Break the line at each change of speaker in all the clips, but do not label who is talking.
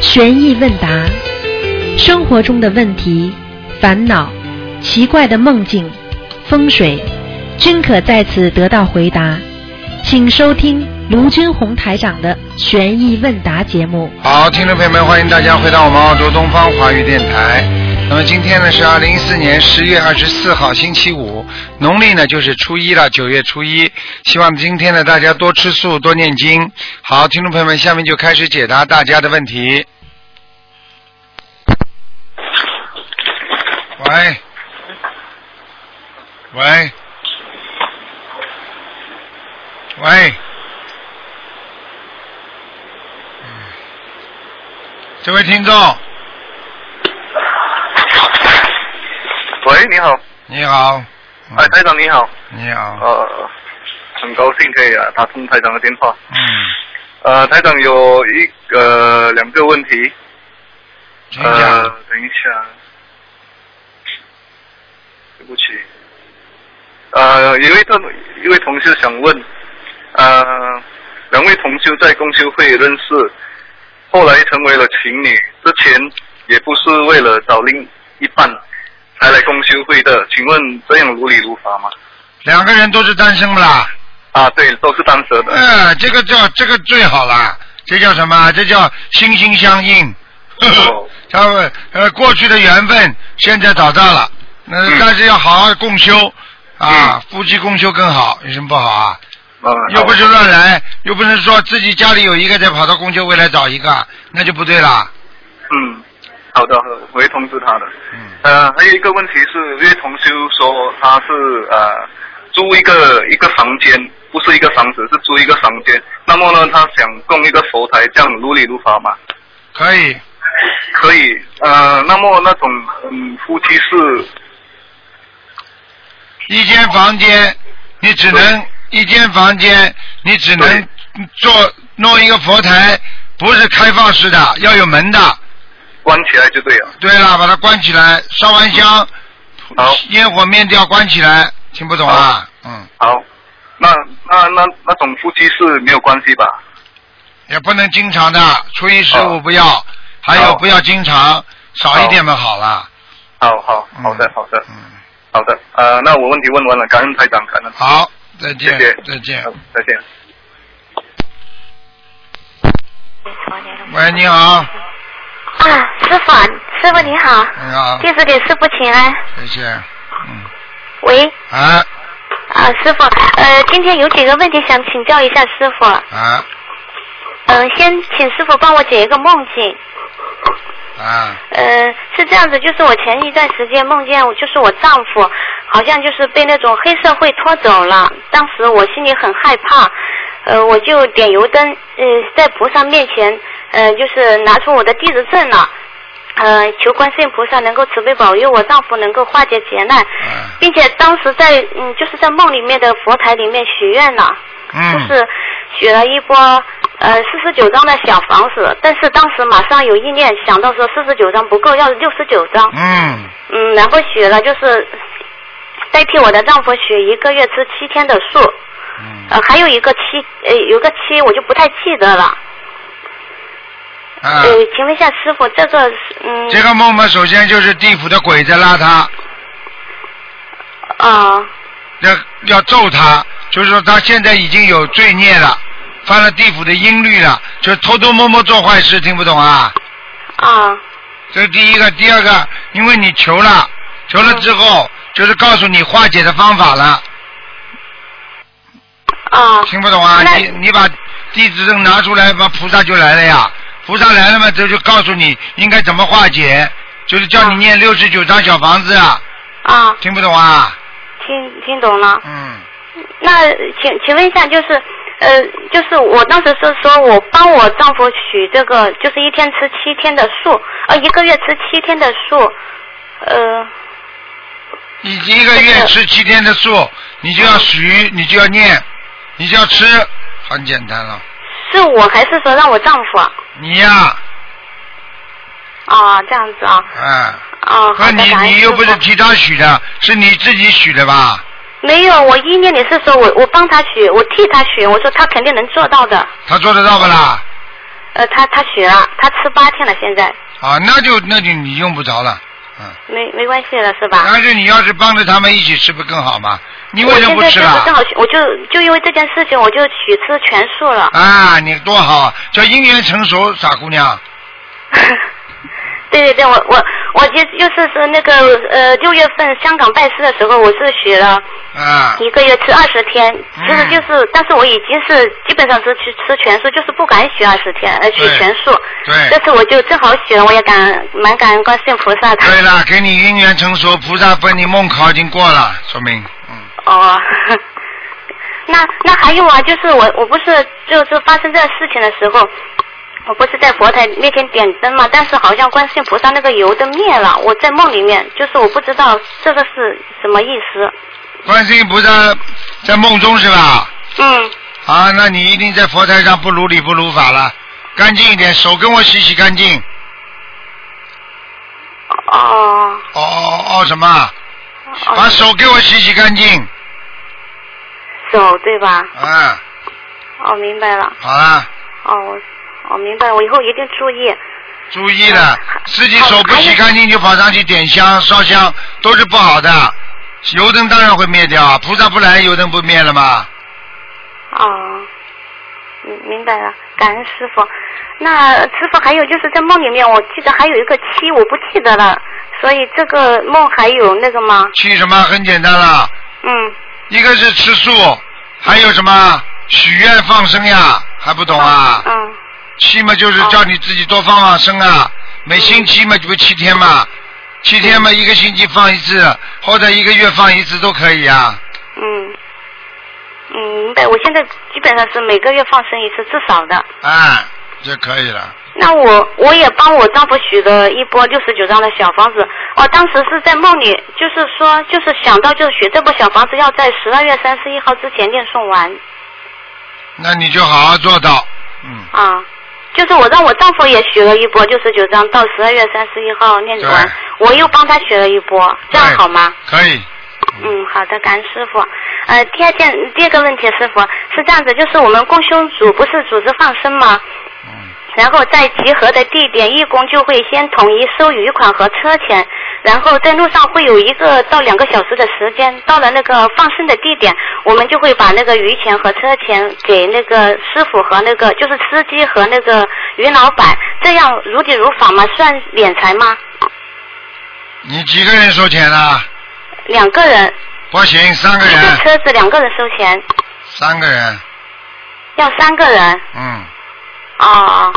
悬疑问答，生活中的问题、烦恼、奇怪的梦境、风水，均可在此得到回答。请收听卢军红台长的悬疑问答节目。
好，听众朋友们，欢迎大家回到我们澳洲东方华语电台。那么今天呢是二零一四年十月二十四号，星期五，农历呢就是初一了，九月初一。希望今天呢大家多吃素，多念经。好，听众朋友们，下面就开始解答大家的问题。喂，喂，喂，这位听众，
喂，你好，
你好，嗯
哎，台长你好，
你好，
呃，很高兴可以啊打通台长的电话。
嗯，
呃，台长有一个呃两个问题，
请
呃
啊
讲，，
等一下，对不起，呃，有一个一位同修想问，呃，两位同修在公修会认识，后来成为了情侣，之前也不是为了找另一半才来公修会的，请问这样如理如法吗？
两个人都是单身不啦？
啊，对，都是单身的。
呃，这个叫这个最好啦，这叫什么？这叫心心相印。
哦
他们呃过去的缘分现在找到了，那、
嗯
但是要好好共修啊，夫妻共修更好，有什么不好啊？
嗯，
又不
好
是乱来，又不是说自己家里有一个再跑到共修会来找一个，那就不对啦。
嗯，好的，好的我会通知他的。
嗯，
呃，还有一个问题是，岳同修说他是呃租一个一个房间，不是一个房子，是租一个房间。那么呢，他想供一个佛台，这样如理如法嘛？
可以，
可以。呃，那么那种嗯夫妻是
一间房间，你只能一间房间，你只能做弄一个佛台，不是开放式的，要有门的。
关起来就对了。
对了，把它关起来，烧完香，
好，
烟火灭掉，关起来。听不懂啊？嗯，
好，那那那那种夫妻是没有关系吧？
也不能经常的，初一十五
哦
不要，还有
好
不要经常，少一点嘛好了。
好好
嗯
好的好的
嗯，
好的，呃，那我问题问完了，感恩台长，感恩。
好，再见
谢谢，
再见
好。再见。
喂，你好，
啊，师傅啊，师傅你好，
你好，
弟子给师傅请安。
谢谢。嗯，
喂，
啊
啊，师傅，呃，今天有几个问题想请教一下师傅。
啊
嗯、先请师傅帮我解一个梦境。
啊
呃，是这样子，就是我前一段时间梦见，就是我丈夫好像就是被那种黑社会拖走了，当时我心里很害怕，呃，我就点油灯，呃，在菩萨面前，呃，就是拿出我的地址证了。呃，求观世音菩萨能够慈悲保佑我丈夫能够化解劫难，
啊，
并且当时在嗯，就是在梦里面的佛台里面许愿了，就
嗯，
是许了一波呃四十九张的小房子，但是当时马上有意念想到说四十九张不够，要六十九张，
嗯
嗯，然后许了就是代替我的丈夫许一个月吃七天的素，
嗯
呃，还有一个七呃有个七我就不太记得了，
啊
呃，，请问一下师傅，这个是嗯
这个梦嘛，首先就是地府的鬼在拉他。
啊、
要要咒他，就是说他现在已经有罪孽了，犯了地府的阴律了，就是偷偷摸摸做坏事，听不懂啊？
啊
这是第一个，第二个，因为你求了，求了之后，就是告诉你化解的方法了，
啊
听不懂啊？
那
你你把地址证拿出来，把菩萨就来了呀，菩萨来了嘛，这就告诉你应该怎么化解，就是叫你
嗯
念六十九张小房子啊，
啊，
听不懂啊？
听听懂了。
嗯，
那请请问一下，就是呃，就是我当时是说我帮我丈夫许这个，就是一天吃七天的素，呃，一个月吃七天的素，呃，
你一个月吃七天的素，你就要许，你就要念，你就要吃，很简单了。
是我还是说让我丈夫啊？
你呀、
啊，这样子啊，
哎，
啊，好
和
的，
你
感恩
你又不
师
是
傅
替他许的，是你自己许的吧？
没有，我意念里是说我我帮他许，我替他许，我说他肯定能做到的，
他做得到不啦？
呃，他他许了，他吃八天了，现在
啊，那就那就你用不着了。
没没关系了，是吧？
但是你要是帮着他们一起吃，不更好吗？你
我
为什么不吃
现在就是
了？
正好许，我就就因为这件事情，我就许吃全素了。
啊，你多好啊，叫姻缘成熟，傻姑娘。
对对对，我我我就就是是那个呃六月份香港拜师的时候，我是许了
啊，嗯
一个月吃二十天，其实就是，但是我已经是基本上是去吃全素，就是不敢许二十天，呃，许
对
全素。这
对。
次我就正好许了，我也感蛮感恩观世音菩萨的。
对了，给你姻缘成熟，菩萨分你梦考已经过了，说明嗯
哦， 那那还有啊，就是我我不是就是发生这个事情的时候，我不是在佛台那天点灯嘛，但是好像观世音菩萨那个油灯灭了，我在梦里面，就是我不知道这个是什么意思。
观世音菩萨在梦中是吧？
嗯，
啊，那你一定在佛台上不如理不如法了，干净一点，手跟我洗洗干净。
哦
哦哦哦，什么啊？把
哦，
手给我洗洗干净。
手对吧？
啊，
哦，明白了。
好了，
哦，我哦明白了，我以后一定注意。
注意了
嗯，
自己手不洗干净就跑上去点香烧香，都是不好的。油灯当然会灭掉啊，菩萨不来，油灯不灭了吗？
哦，嗯，明白了，感恩师傅。那师傅还有就是在梦里面，我记得还有一个七，我不记得了，所以这个梦还有那个吗？
去什么？很简单了，
嗯，
一个是吃素，还有什么许愿放生呀？还不懂啊？
嗯，哦
七嘛就是叫你自己多放放生啊，每星期嘛就不七天嘛，七天
嗯
嘛一个星期放一次，或者一个月放一次都可以啊。
嗯，嗯，明白。我现在基本上是每个月放生一次，至少的。
哎，就可以了。
那我我也帮我丈夫许了一波六十九张的小房子，我当时是在梦里，就是说，就是想到就是许这波小房子要在十二月三十一号之前念送完。
嗯那你就好好做到，嗯，
啊，就是我让我丈夫也许了一波六十九章，到十二月三十一号念完
对，
我又帮他许了一波，这样
对
好吗？
可以。
嗯，好的，感恩师傅。呃，第二件第二个问题，师傅是这样子，就是我们共修组不是组织放生吗？
嗯，
然后在集合的地点，义工就会先统一收余款和车钱，然后在路上会有一个到两个小时的时间。到了那个放生的地点，我们就会把那个鱼钱和车钱给那个师傅和那个就是司机和那个鱼老板，这样如理如法吗？算敛财吗？
你几个人收钱啊？
两个人，
不行，三个
一个
人，
车子两个人收钱，
三个人，
要三个人。
嗯，
哦，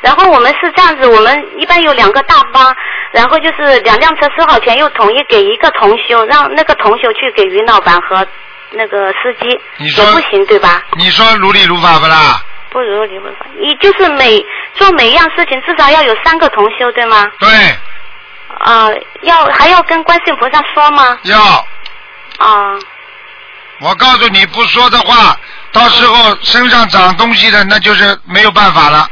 然后我们是这样子，我们一般有两个大巴，然后就是两辆车收好钱，又统一给一个同修，让那个同修去给于老板和那个司机，
你说
也不行对吧？
你说如理如法不啦？
不如你们说，你就是每做每样事情至少要有三个同修对吗？
对，
呃，要还要跟观世音菩萨说吗？
要
啊、
我告诉你，不说的话，到时候身上长东西的，那就是没有办法了。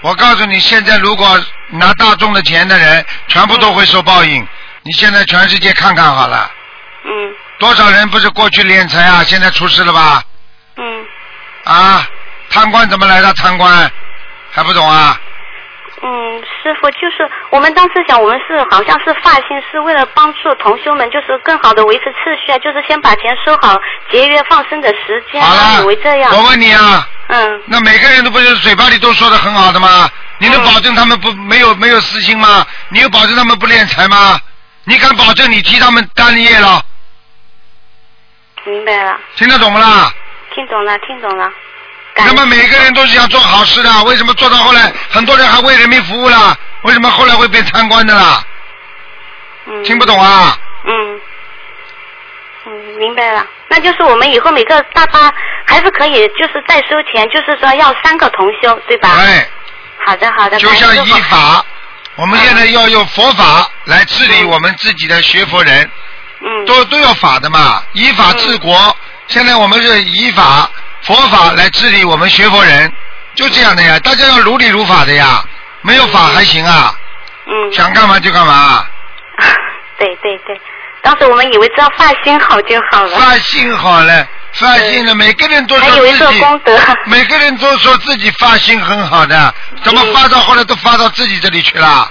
我告诉你，现在如果拿大众的钱的人，全部都会受报应。你现在全世界看看好了，
嗯
多少人不是过去敛财啊，现在出事了吧？
嗯
啊，贪官怎么来的？贪官还不懂啊？
嗯，师傅，就是我们当时想，我们是好像是发心，是为了帮助同修们，就是更好的维持秩序啊，就是先把钱收好，节约放生的时间
好
啊，
了，
以为这样
我。问你啊，
嗯，
那每个人都不是嘴巴里都说的很好的吗？你能
嗯
保证他们不没有没有私心吗？你有保证他们不敛财吗？你敢保证你替他们担业了？
明白了，
听得懂不啦？
听懂了，听懂了。感
那么每个人都是想做好事的，为什么做到后来很多人还为人民服务啦？为什么后来会变贪官的啦？
嗯
听不懂啊？
嗯嗯，明白了。那就是我们以后每个大巴还是可以，就是代收钱，就是说要三个同修，对吧？
哎，
好的，好的。
就
感谢
像
师
依
傅
法，我们现在要用佛法来治理我们自己的学佛人。
嗯，
都都要法的嘛，依法治国。现在我们是依法佛法来治理我们学佛人，就这样的呀，大家要如理如法的呀，没有法还行啊，
嗯。
想干嘛就干嘛，
对对对，当时我们以为只要发心好就好了。
发心好了，发心的，每个人都
还有
说
一个
自己，
功德，
每个人都说自己发心很好的，怎么发到后来都发到自己这里去了？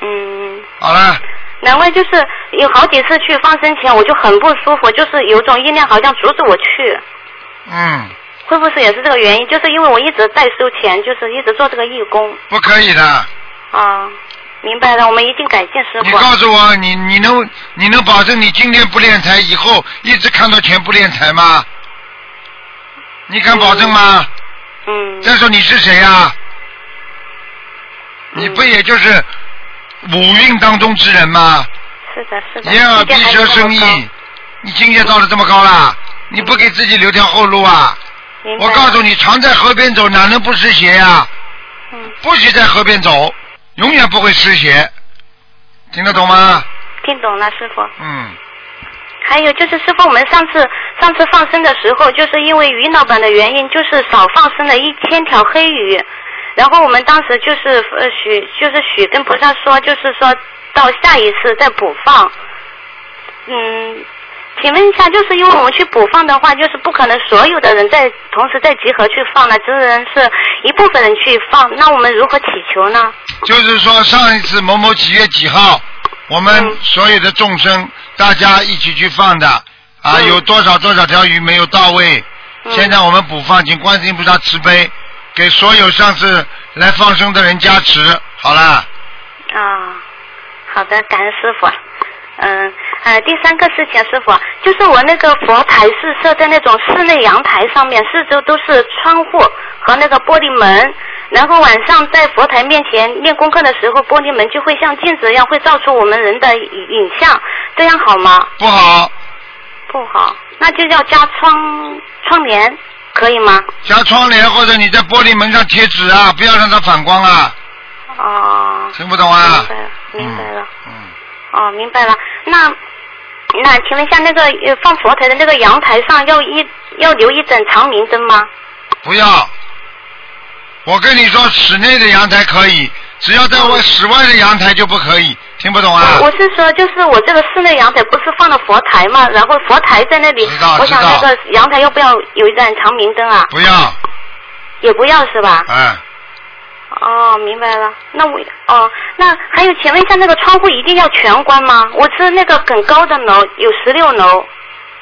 嗯。
好了，
难怪就是有好几次去放生前我就很不舒服，就是有种意念好像阻止我去，
嗯，
会不会也是这个原因？就是因为我一直在收钱，就是一直做这个义工
不可以的。
啊。明白了，我们一定改进师啊
你
傅。
告诉我，你你能你能保证你今天不练财，以后一直看到钱不练财吗？你敢保证吗？
嗯
再说你是谁呀、你不也就是五运当中之人吗？
是的，是的。
眼耳鼻舌身
境界还没
意，你境界到了这么高啦，你不给自己留条后路啊？
那么高。明白
我告诉你，常在河边走，哪能不湿鞋呀、
嗯，
不许在河边走，永远不会湿鞋，听得懂吗？
听懂了，师傅。
嗯，
还有就是，师傅，我们上次上次放生的时候，就是因为于老板的原因，就是少放生了一千条黑鱼。然后我们当时就是呃许就是许跟菩萨说，就是说到下一次再补放。嗯，请问一下，就是因为我们去补放的话，就是不可能所有的人在同时在集合去放了，只能是一部分人去放。那我们如何祈求呢？
就是说上一次某某几月几号，我们
嗯
所有的众生大家一起去放的啊，
嗯
有多少多少条鱼没有到位，
嗯
现在我们补放，请观世音菩萨慈悲，给所有上次来放生的人加持，好啦。
啊、好的，感恩师傅。嗯，呃，第三个事情，师傅，就是我那个佛台是设在那种室内阳台上面，四周都是窗户和那个玻璃门。然后晚上在佛台面前练功课的时候，玻璃门就会像镜子一样，会照出我们人的影影像，这样好吗？
不好，
不好，那就要加窗窗帘，可以吗？
加窗帘或者你在玻璃门上贴纸啊，不要让它反光啊，
哦、
听不懂啊
明白？了，明白了。
嗯。嗯
哦，明白了。那那请问一下，那个呃放佛台的那个阳台上要一要留一盏长明灯吗？
不要。我跟你说，室内的阳台可以，只要在
嗯
我室外的阳台就不可以，听不懂啊？
我是说，就是我这个室内阳台不是放了佛台嘛，然后佛台在那里
知道，
我想
知道
那个阳台要不要有一盏长明灯啊？
不要，
也不要是吧？
哎，
哦，明白了。那我哦，那还有，请问一下，那个窗户一定要全关吗？我是那个很高的楼，有十六楼。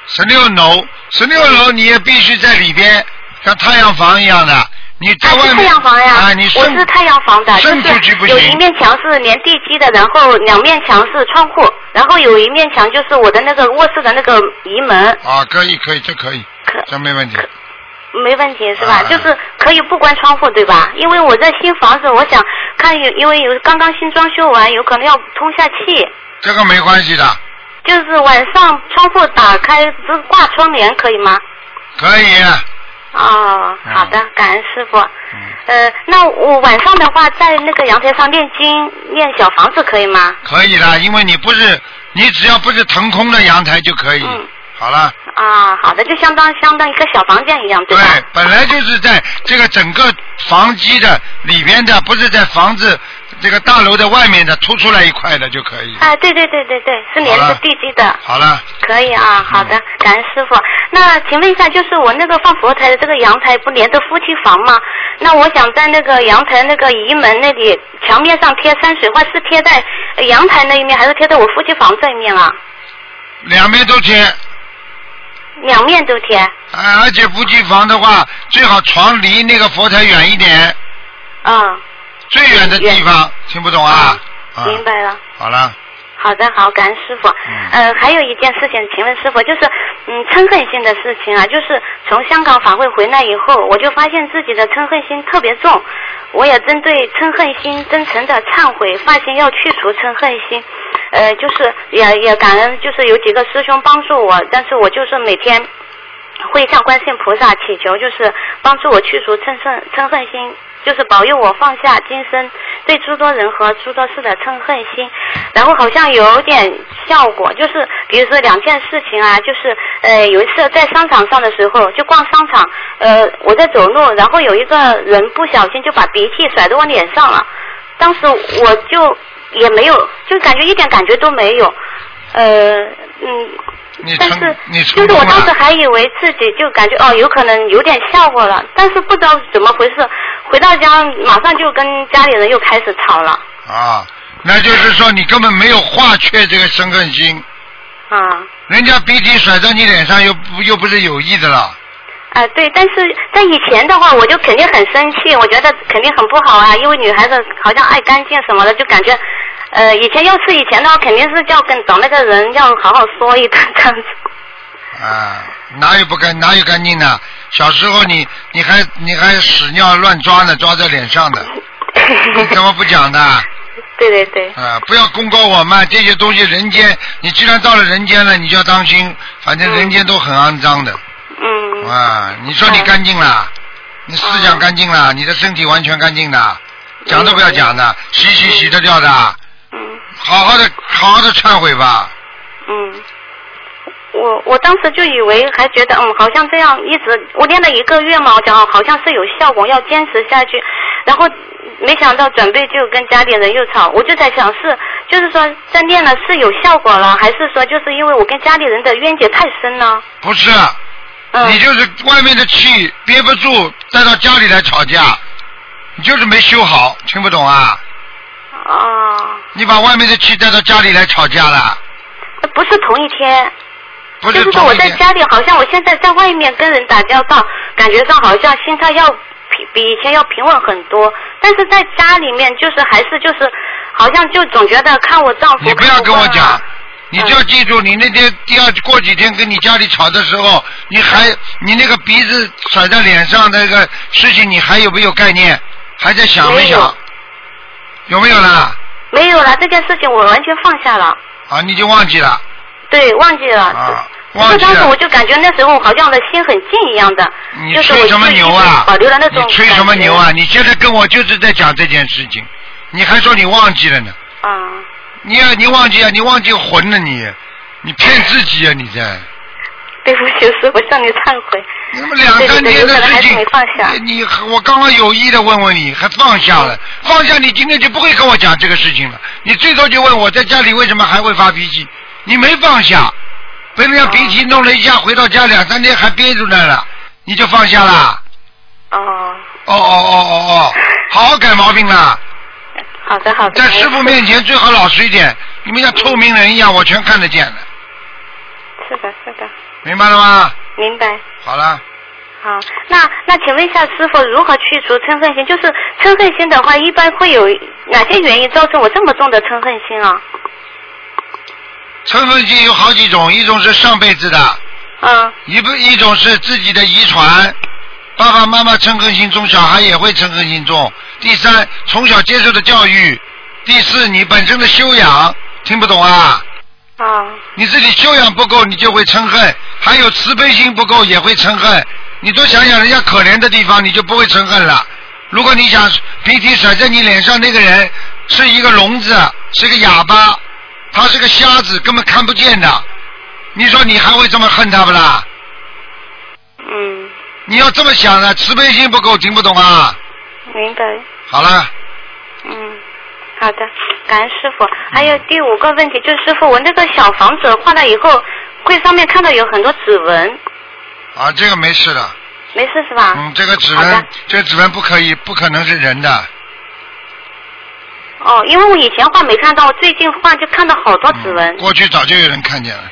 十六楼，十六楼你也必须在里边，像太阳房一样的。你在
啊，
外
是
面
太阳房呀！
啊，你
我
伸
是太阳房的，就
伸出去不
是有一
行，
面墙是连地基的，然后两面墙是窗户，然后有一面墙就是我的那个卧室的那个移门，
啊，可以可以，这可以，
可
这没问题。
没问题是吧
啊？
就是可以不关窗户对吧？因为我在新房子，我想看有，因为有刚刚新装修完，有可能要通下气，
这个没关系的，
就是晚上窗户打开只挂窗帘可以吗？
可以。
哦，
嗯
好的，感恩师傅。
嗯，
呃，那我晚上的话，在那个阳台上念经、念小房子可以吗？
可以的，因为你不是，你只要不是腾空的阳台就可以。
嗯
好了。
啊，好的，就相当相当一个小房间一样，对吧？
本来就是在这个整个房基的里边的，不是在房子这个大楼的外面的凸出来一块的就可以。
哎，对对对对对，是连
好
着
了
地基的，
好了，
可以啊，好的，感恩师傅。那请问一下，就是我那个放佛台的这个阳台不连着夫妻房吗？那我想在那个阳台那个移门那里墙面上贴山水画，是贴在呃阳台那一面，还是贴在我夫妻房这一面啊？
两边都贴，
两面都贴。
啊而且夫妻房的话，最好床离那个佛台远一点，
嗯，
最远的地方，听不懂啊？啊，
明白了。
好了，
好的，好，感恩师傅。呃，还有一件事情，请问师傅，就是嗯，嗔恨心的事情啊，就是从香港法会回来以后，我就发现自己的嗔恨心特别重，我也针对嗔恨心真诚的忏悔，发心要去除嗔恨心。呃，就是也也感恩，就是有几个师兄帮助我，但是我就是每天会向观世音菩萨祈求，就是帮助我去除嗔恨嗔恨心，就是保佑我放下今生对诸多人和诸多事的嗔恨心。然后好像有点效果，就是比如说两件事情啊，就是呃有一次在商场上的时候，就逛商场，呃我在走路，然后有一个人不小心就把鼻涕甩到我脸上了，当时我就也没有，就感觉一点感觉都没有，呃嗯，
你
但
成
是
你成
就是
功
我当时
了，
还以为自己就感觉哦，有可能有点效果了，但是不知道怎么回事，回到家马上就跟家里人又开始吵了
啊，那就是说你根本没有化却这个生恨心，
啊。
人家鼻涕甩在你脸上又不又不是有意的了，
啊，对，但是在以前的话，我就肯定很生气，我觉得肯定很不好啊，因为女孩子好像爱干净什么的，就感觉，呃，以前要是以前的话，肯定是要跟找那个人要好好说一顿这样子。
啊，哪有不干哪有干净的？小时候你你还你还屎尿乱抓呢，抓在脸上的，你怎么不讲的？
对对对，
啊，不要功高我慢，这些东西人间，你既然到了人间了，你就要当心，反正人间都很肮脏的。
嗯，
啊，你说你干净啦，你思想干净
嗯
啦，你的身体完全干净的，讲都不要讲的，洗洗洗得掉的，
嗯
好好的好好的忏悔吧。
嗯，我我当时就以为还觉得嗯，好像这样一直我练了一个月嘛，我讲好像是有效果，要坚持下去。然后没想到准备就跟家里人又吵，我就在想是就是说在练了是有效果了，还是说就是因为我跟家里人的冤结太深了？
不是，
嗯
你就是外面的气憋不住，再到家里来吵架，你就是没修好，听不懂啊？
啊，
你把外面的气带到家里来吵架了，
不是同一天。
不
就是是说
同
我
一
在
天。
家里，好像我现在在外面跟人打交道，感觉上好像心态要平比以前要平稳很多，但是在家里面就是还是就是，好像就总觉得看我丈夫。
你不要跟我
看爸
讲
爸，
你就要记住，你那天第二过几天跟你家里吵的时候，你还你那个鼻子甩在脸上那个事情，你还有没有概念？还在想
没
想
有？
有没有啦？
没有了这件事情，我完全放下了，
啊，你已经忘记了
对，忘记了。
啊，
就
忘记
当时我
了。
就感觉那时候好像我的心很静一样的，
你
就是我
吹什么
就一直
牛啊
保留了那？种
你吹什么
感觉
牛啊？？你现在跟我就是在讲这件事情，你还说你忘记了呢？
啊，
你要你忘记啊？你忘记魂了你？你骗自己啊！你在。
对不起，师傅向你忏悔。
那么两三天的事情
对对对有可能还是没放下，
你我刚刚有意的问问你，还放下了，放下你今天就不会跟我讲这个事情了。你最多就问我在家里为什么还会发脾气，你没放下，被人家
哦
脾气弄了一下，回到家两三天还憋住那了，你就放下了。
哦，
哦哦哦哦哦，好好改毛病啦，
好的好的。
在师傅面前最好老实一点，你们像透明人一样，我全看得见的，
是的是的，
明白了吗？
明白。
好了，
好，那那请问一下师傅，如何去除嗔恨心？就是嗔恨心的话，一般会有哪些原因造成我这么重的嗔恨心啊？
成分性有好几种，一种是上辈子的。
嗯
一不一种是自己的遗传，爸爸妈妈嗔恨心重，小孩也会嗔恨心重。第三，从小接受的教育。第四，你本身的修养，听不懂啊？
啊
你自己修养不够，你就会嗔恨；还有慈悲心不够，也会嗔恨。你多想想人家可怜的地方，你就不会嗔恨了。如果你想鼻涕甩在你脸上那个人是一个聋子，是个哑巴，他是个瞎子，根本看不见的，你说你还会这么恨他不啦？
嗯，
你要这么想啊，慈悲心不够，听不懂啊。
明白。
好了，
嗯，好的，感恩师傅。还有第五个问题就是师傅，我那个小房子换了以后，柜上面看到有很多指纹，
啊，这个没事的。
没事是吧？
嗯，这个指
好
纹
的，
这个指纹不可以，不可能是人的。
哦，因为我以前换没看到，我最近换就看到好多指纹。
过去早就有人看见了，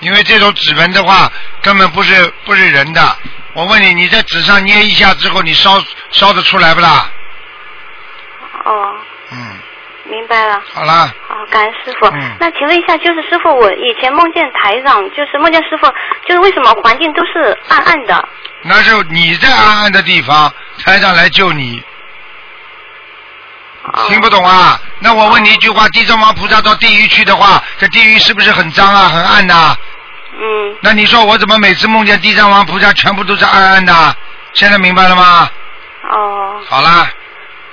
因为这种指纹的话，根本不是不是人的。我问你，你在纸上捏一下之后，你烧烧得出来不啦？
哦，
嗯，
明白了。
好啦，
好，感恩师傅。
嗯
那请问一下，就是师傅，我以前梦见台长，就是梦见师傅，就是为什么环境都是暗暗的？
那是你在暗暗的地方，台长来救你，
啊
听不懂啊？那我问你一句话：地藏王菩萨到地狱去的话，这地狱是不是很脏啊，很暗呐、
嗯，
那你说我怎么每次梦见地藏王菩萨全部都是暗暗的？现在明白了吗？
哦，
好啦，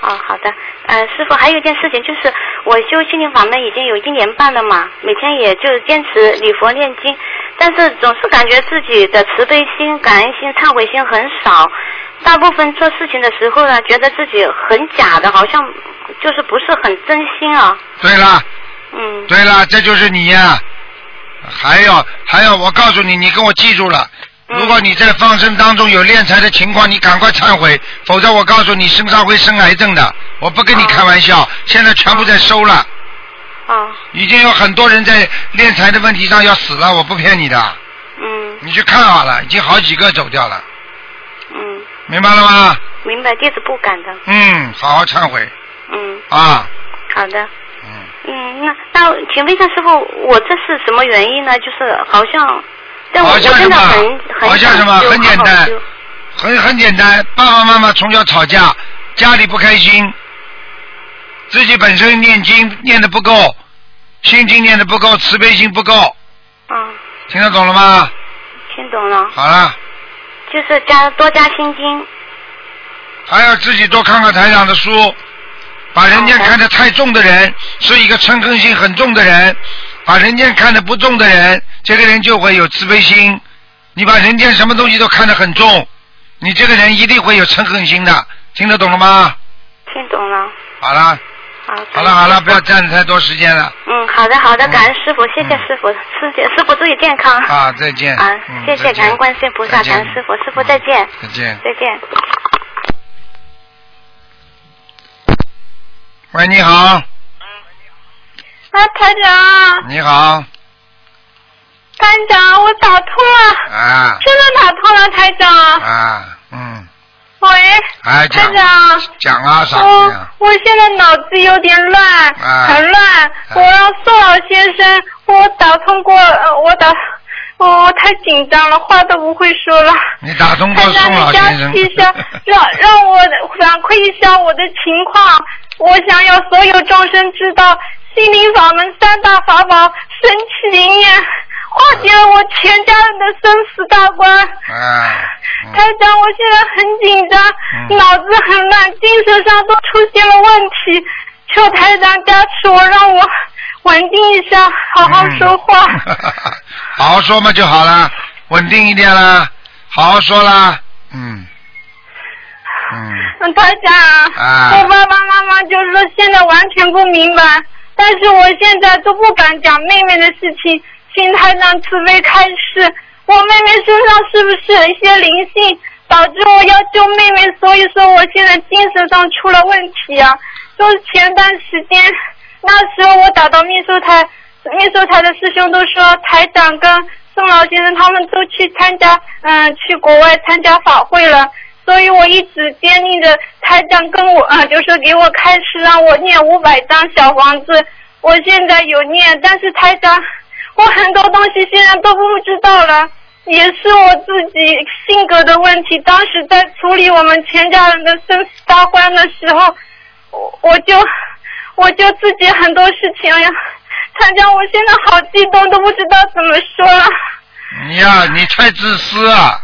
哦，好的。呃，师傅，还有一件事情就是，我修心灵法门已经有一年半了嘛，每天也就坚持礼佛念经，但是总是感觉自己的慈悲心、感恩心、忏悔心很少。大部分做事情的时候呢，觉得自己很假的，好像就是不是很真心啊。
对啦，
嗯，
对啦，这就是你呀、还要还要，我告诉你，你跟我记住了。
嗯
如果你在放生当中有敛财的情况，你赶快忏悔，否则我告诉你，身上会生癌症的。我不跟你开玩笑，现在全部在收了，
哦，
已经有很多人在敛财的问题上要死了，我不骗你的，
嗯
你去看好了，已经好几个走掉了，
嗯，
明白了吗？
明白，弟子不敢的，
嗯，好好忏悔
嗯，
啊，
好的。
嗯，
嗯，那那请问一下师傅，我这是什么原因呢？就是好像，但我
好像
我真的
什么
很很
好像什么
想修
很简
好好
单
修
很很简单，爸爸妈妈从小吵架，家里不开心，自己本身念经念的不够，心经念的不够，慈悲心不够，
啊，
听得懂了吗？
听懂了，
好了。
就是加多加心经。
还要自己多看看台长的书，把人间看得太重的人是一个嗔恨心很重的人，把人间看得不重的人，这个人就会有自卑心。你把人间什么东西都看得很重，你这个人一定会有嗔恨心的，听得懂了吗？
听懂了，
好了，
好。
好了，好了，不要占太多时间了
嗯，好的，好的，
嗯
感恩师傅，谢谢
嗯
师傅，师姐，师傅注意健康。
啊！再见。
啊
嗯
谢谢
再见
感恩观世音菩萨
再见嗯
感恩师父师父再见
再见。
再见。
喂，你好，
啊，台长，
你好，
台长，我打通了，
啊
真的打通了，台长。
啊，嗯，
喂，
哎，
台
讲
长，
讲啊，傻姑娘
哦
我。哦我现在脑子有点乱，
啊
很乱。我让宋老先生，我打通过，呃我打，哦我我太紧张了，话都不会说了。
你打通过
台
宋
长，
老
你
先生
加。一下， 让让我反馈一下我的情况。我想要所有众生知道，心灵法门三大法宝神奇灵验，化解了我全家人的生死大关。
哎，嗯
台长，我现在很紧张，
嗯
脑子很乱，精神上都出现了问题，求台长加持我，让我稳定一下，好好说 话。
嗯好好说嘛就好了，稳定一点啦，好好说啦，嗯，嗯，
嗯，台长，
啊
我爸爸妈妈就是说现在完全不明白，但是我现在都不敢讲妹妹的事情，请台长慈悲开示，我妹妹身上是不是有一些灵性，导致我要救妹妹，所以说我现在精神上出了问题啊。就是前段时间，那时候我打到秘书台，秘书台的师兄都说台长跟宋老先生他们都去参加，嗯，去国外参加法会了。所以我一直坚定着台长跟我，啊，就是给我开始让我念五百张小房子。我现在有念，但是台长， 我很多东西现在都不知道了，也是我自己性格的问题。当时在处理我们全家人的生死大关的时候，我我就我就自己很多事情呀，台长，我现在好激动，都不知道怎么说了。
你呀、你太自私啊，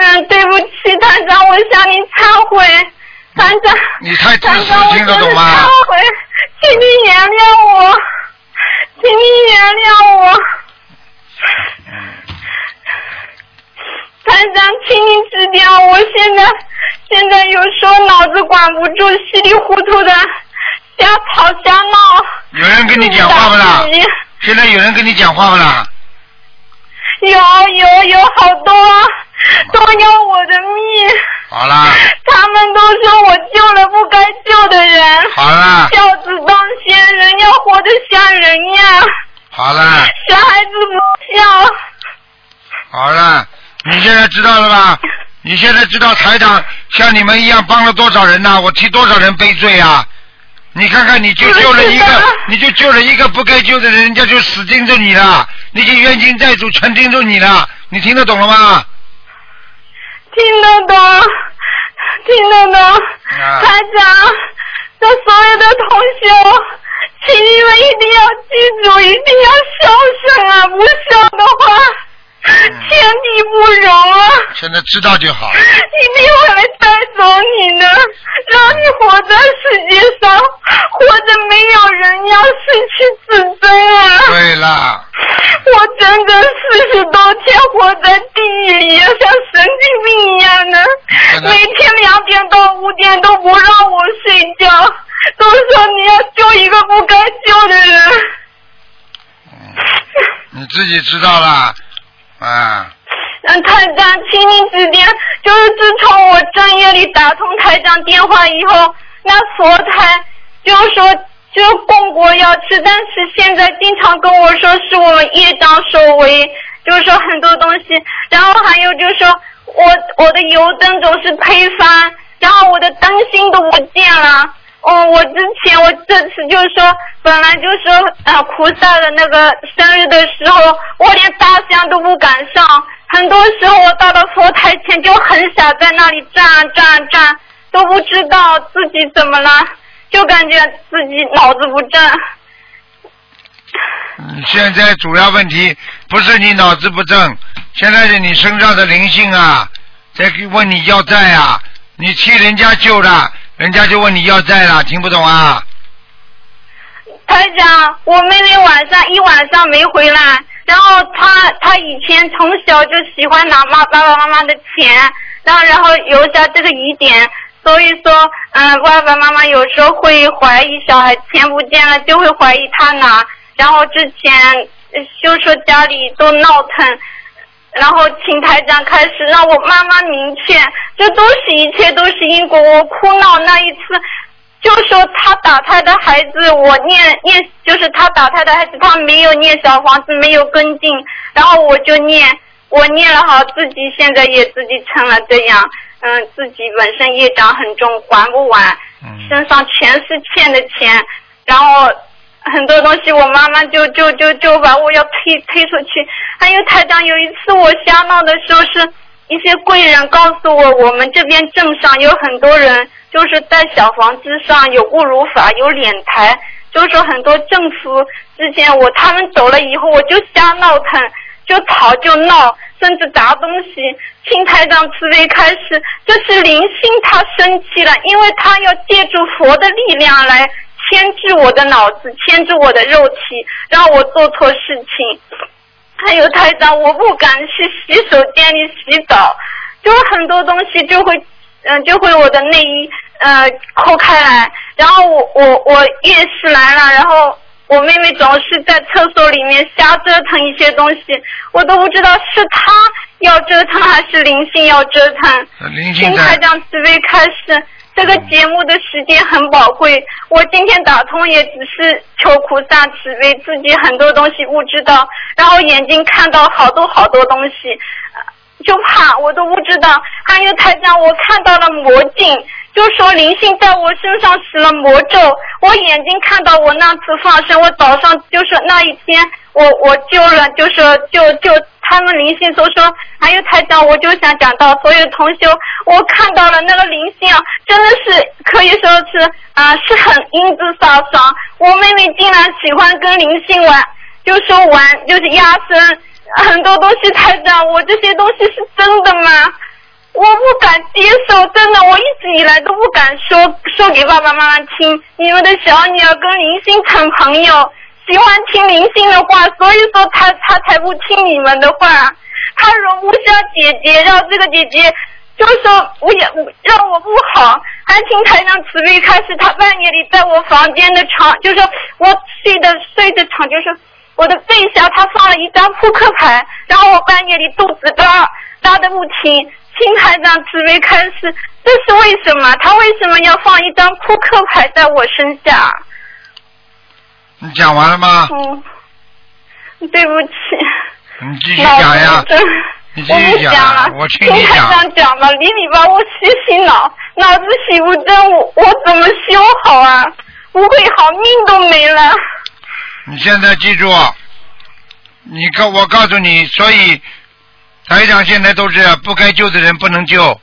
嗯，对不起，团长，我向您忏悔，团长。
你太自
团
私
长，，我
听
真
得
的
懂吗？
忏悔，请您原谅我，请您原谅我。
嗯
团长，请您指点我，我现在现在有时候脑子管不住，稀里糊涂的瞎吵瞎闹。
有人跟你讲话不啦
自？己打自己
现在有人跟你讲话不啦？
有有有好多都要我的命，
好啦，
他们都说我救了不该救的人，
好啦，
孝子当先，人要活得像人样，
好啦，
小孩子不孝。
好啦，你现在知道了吧？你现在知道台长像你们一样帮了多少人呐、我替多少人悲罪啊！你看看，你就救了一
是的
个，你就救了一个不该救的人，人家就死盯着你了，那些冤亲债主全盯着你了，你听得懂了吗？
听得懂，听得懂，
啊
台长，这所有的同学，我请你们一定要记住，一定要孝顺啊！不孝的话，
嗯
天地不容啊！
现在知道就好了。
一定会来带走你的，让你活在世界上，活得没有人要，失去自尊啊！
对了，
我整整四十多天活在地狱里，像神经病一样的
真，的
每天两点到五点都不让我睡觉，都说你要救一个不该救的人。
嗯，你自己知道啦，啊，
嗯，台长，请你指点。就是自从我正月里打通台长电话以后，那佛台就说就供果要吃，但是现在经常跟我说是我们业障所为，就是说很多东西。然后还有就是说我我的油灯总是推翻，然后我的灯芯都不见了。哦，我之前我这次就是说，本来就说呃菩萨的那个生日的时候，我连大香都不敢上，很多时候我到了佛台前就很想在那里站啊站啊站，都不知道自己怎么了，就感觉自己脑子不正。
你嗯现在主要问题不是你脑子不正，现在是你身上的灵性啊，在问你要债啊，你替人家救了，人家就问你要债了，听不懂啊？
台长，我妹妹晚上一晚上没回来，然后她她以前从小就喜欢拿妈爸爸妈妈的钱，然后然后留下这个疑点，所以说，嗯，爸爸妈妈有时候会怀疑小孩钱不见了，就会怀疑他拿，然后之前呃就说家里都闹腾。然后请台长开始让我妈妈明确，这都是一切都是因果。我哭闹那一次，就说他打胎的孩子，我念念，就是他打胎的孩子，他没有念小房子，没有跟进，然后我就念，我念了好，自己现在也自己成了这样，嗯，自己本身业障很重，还不完，身上全是欠的钱，然后很多东西我妈妈就就就就把我要推推出去。还有台长，有一次我瞎闹的时候是。一些贵人告诉我，我们这边镇上有很多人，就是在小房子上有侮辱法，有敛财，就是说很多政府之前我他们走了以后，我就瞎闹腾，就吵就闹，甚至砸东西。请台长慈悲开示，这是灵性他生气了，因为他要借助佛的力量来牵制我的脑子，牵制我的肉体，让我做错事情。还有台长，我不敢去洗手间里洗澡，就很多东西就会，嗯、就会我的内衣呃抠开来，然后我我我月事来了，然后我妹妹总是在厕所里面瞎折腾一些东西，我都不知道是她要折腾还是灵性要折腾。
灵
请
性
台
在
长慈悲开示。这个节目的时间很宝贵，我今天打通也只是求菩萨慈悲，自己很多东西不知道，然后眼睛看到好多好多东西，呃就怕我都不知道。还有台长，我看到了魔镜，就说灵性在我身上使了魔咒，我眼睛看到我那次放生，我早上就是那一天我我救了，就是就就他们灵性都说，还有台长，我就想讲到所有同修，我看到了那个灵性啊，真的是可以说是啊、是很英姿飒爽。我妹妹竟然喜欢跟灵性玩，就说玩就是压身，很多东西台长，我这些东西是真的吗？我不敢接受，真的，我一直以来都不敢说说给爸爸妈妈听。你们的小女儿跟林星成朋友，喜欢听林星的话，所以说她她才不听你们的话。她容不下姐姐，让这个姐姐就说我也让我不好，还请台上慈悲开始。她半夜里在我房间的床，就说我睡的睡着床，就说我的背下她放了一张扑克牌，然后我半夜里肚子拉拉的不轻。请台长慈悲开示，这是为什么？他为什么要放一张扑克牌在我身下？
你讲完了吗？
嗯，对不起，
你继续
脑
讲呀
子，真
你继
我
续
不
讲
讲
呀
了，，
啊我听
听
你
台
讲。
长讲吧，理理吧，我洗洗脑，脑子洗不正，我我怎么修好啊？不会好，命都没了。
你现在记住，你告我告诉你，所以台长现在都是不该救的人不能救，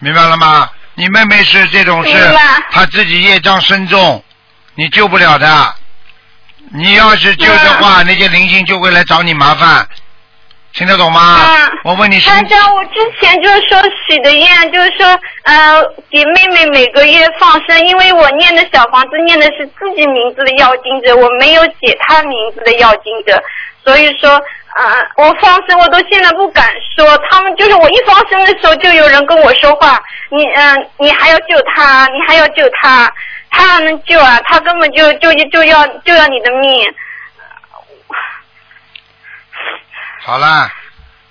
明白了吗？你妹妹是这种
明
事
白，
她自己业障深重，你救不了的。你要是救的话，
嗯
那些灵性就会来找你麻烦，听得懂吗？
嗯
我问你心
台长，我之前就是说许的愿，就是说，呃，给妹妹每个月放生，因为我念的小房子念的是自己名字的要经者，我没有写她名字的要经者，所以说，呃，我放生我都现在不敢说，他们就是我一放生的时候就有人跟我说话，你嗯、呃你还要救他，你还要救他，他还能救啊，他根本就就就要就要你的命。
好啦，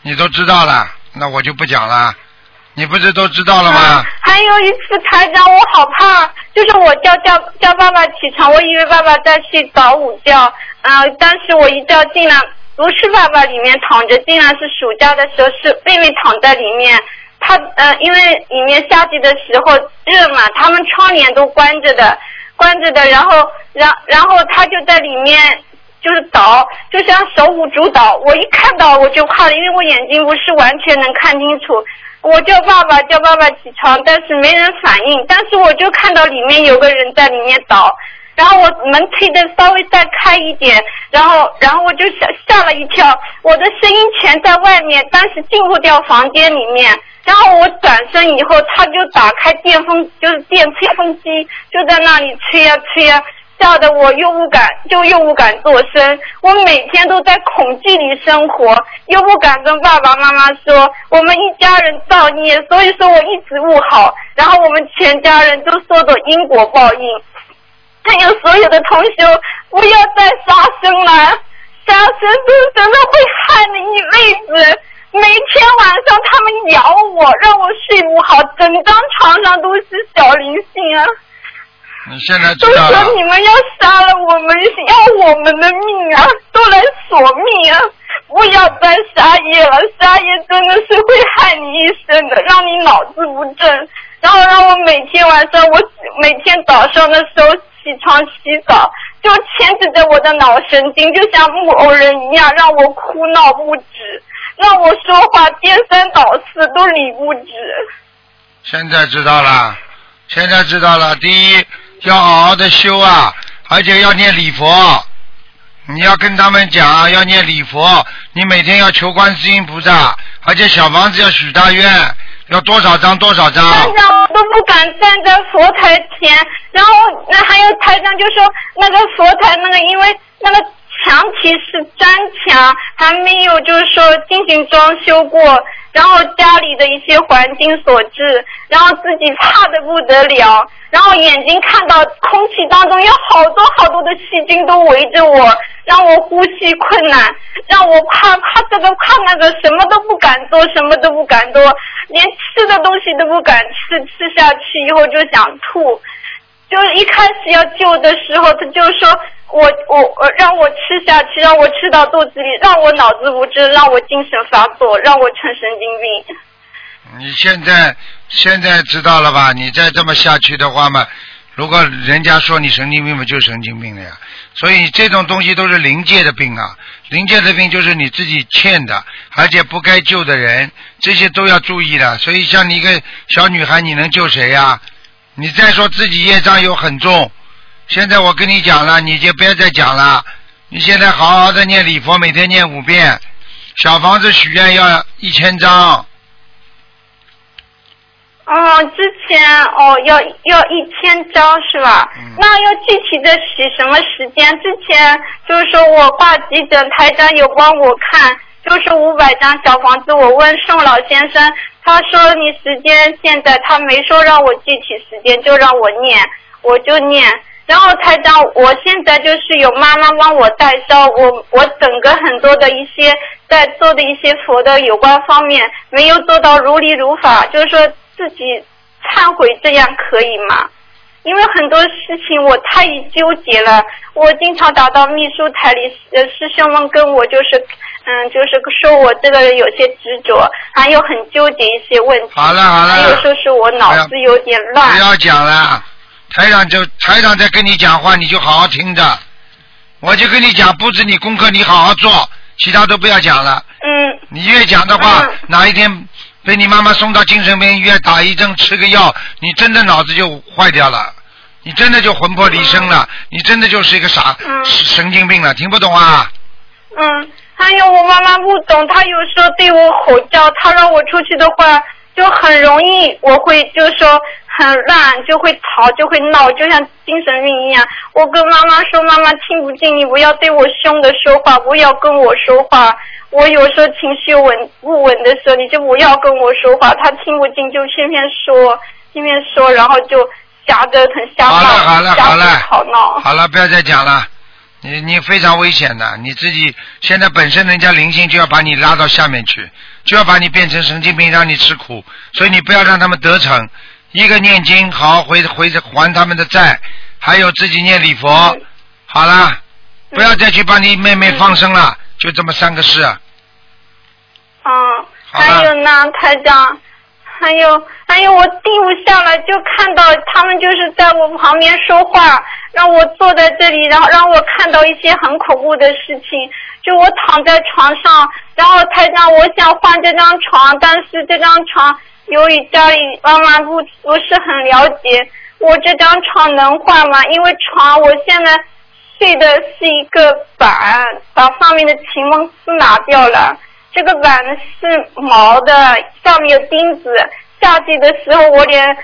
你都知道了，那我就不讲了。你不是都知道了吗
啊？还有一次，台长，我好怕，就是我叫叫叫爸爸起床，我以为爸爸在睡早午觉，啊、当时我一觉竟然不是爸爸里面躺着，竟然是暑假的时候是妹妹躺在里面。他呃，因为里面夏季的时候热嘛，他们窗帘都关着的，关着的，然后然然后他就在里面就是倒，就像手舞足蹈。我一看到我就怕了，因为我眼睛不是完全能看清楚。我叫爸爸，叫爸爸起床，但是没人反应。但是我就看到里面有个人在里面倒，然后我门推的稍微再开一点，然后然后我就吓吓了一跳，我的声音全在外面，当时进不掉房间里面。然后我转身以后，他就打开电风，就是电吹风机，就在那里吹呀、吹呀、吓得我又不敢，就又不敢做声。我每天都在恐惧里生活，又不敢跟爸爸妈妈说我们一家人造孽，所以说我一直不好。然后我们全家人都受到因果报应。还有所有的同学，不要再杀生了，杀生真真的会害你一辈子。每天晚上他们咬我，让我睡不好，整张床上都是小灵性啊。
你现在知
都
道了
说。你们要杀了我们，要我们的命啊，都来索命啊！不要再杀业了，杀业真的是会害你一生的，让你脑子不正，然后让我每天晚上，我每天早上的时候起床洗澡，就牵制着我的脑神经，就像木偶人一样，让我哭闹不止，让我说话颠三倒四都理不直。
现在知道了，现在知道了。第一，要好好的修啊，而且要念礼佛。你要跟他们讲，啊要念礼佛，你每天要求观世音菩萨，而且小房子要许大愿，要多少张多少张。
台长我都不敢站在佛台前，然后那还有台长就说那个佛台那个因为那个墙体是砖墙，还没有就是说进行装修过，然后家里的一些环境所致，然后自己怕的不得了，然后眼睛看到空气当中有好多好多的细菌都围着我，让我呼吸困难，让我怕怕这个怕那个，什么都不敢做，什么都不敢做，连吃的东西都不敢吃，吃下去以后就想吐。就是一开始要救的时候，他就说我我我让我吃下去，让我吃到肚子里，让我脑子无知，让我精神发作，让我成神经病。
你现在现在知道了吧？你再这么下去的话嘛，如果人家说你神经病嘛，就是神经病了呀。所以这种东西都是临界的病啊，临界的病就是你自己欠的，而且不该救的人，这些都要注意的。所以像你一个小女孩，你能救谁呀、你再说自己业障又很重，现在我跟你讲了，你就别再讲了。你现在好好的念礼佛，每天念五遍，小房子许愿要一千张。
哦，之前哦要要一千张是吧？
嗯
那要具体的许什么时间？之前就是说我挂急诊，台长有帮我看，就是五百张小房子，我问宋老先生，他说你时间现在他没说让我具体时间，就让我念，我就念。然后台长，我现在就是有妈妈帮我代烧，我我整个很多的一些在做的一些佛的有关方面没有做到如理如法，就是说自己忏悔这样可以吗？因为很多事情我太纠结了，我经常打到秘书台里，呃，师兄们跟我就是，嗯，就是说我这个人有些执着，还有很纠结一些问题，
好了好了
还有嗯说是我脑子有点乱，
不要讲了，台长就台长在跟你讲话，你就好好听着。我就跟你讲，布置你功课，你好好做，其他都不要讲了。
嗯，
你越讲的话，
嗯
哪一天被你妈妈送到精神病医院打一针吃个药，你真的脑子就坏掉了，你真的就魂魄离身了，你真的就是一个傻、
嗯
神经病了，听不懂啊？
嗯，还有我妈妈不懂，她有时候对我吼叫，她让我出去的话，就很容易我会就说很乱，就会吵，就会闹，就像精神病一样。我跟妈妈说，妈妈听不进，你不要对我凶的说话，不要跟我说话。我有时候情绪稳不稳的时候，你就不要跟我说话，她听不进就偏偏说，偏偏说，然后就瞎折腾、瞎
好了好
闹、
了
瞎
好了
吵闹。
好了，不要再讲了。你你非常危险的，你自己现在本身人家灵性就要把你拉到下面去，就要把你变成神经病，让你吃苦，所以你不要让他们得逞。一个念经，好好回回还他们的债，还有自己念礼佛，好啦，不要再去把你妹妹放生了，就这么三个事。啊
嗯，
好
还
了
有呢，台长，还有还有，我定不下来，就看到他们就是在我旁边说话，让我坐在这里，然后让我看到一些很恐怖的事情。就我躺在床上，然后台长，我想换这张床，但是这张床由于家里妈妈不不是很了解，我这张床能换吗？因为床我现在睡的是一个板，把上面的秦风丝拿掉了。这个板是毛的，上面有钉子。夏季的时候，我连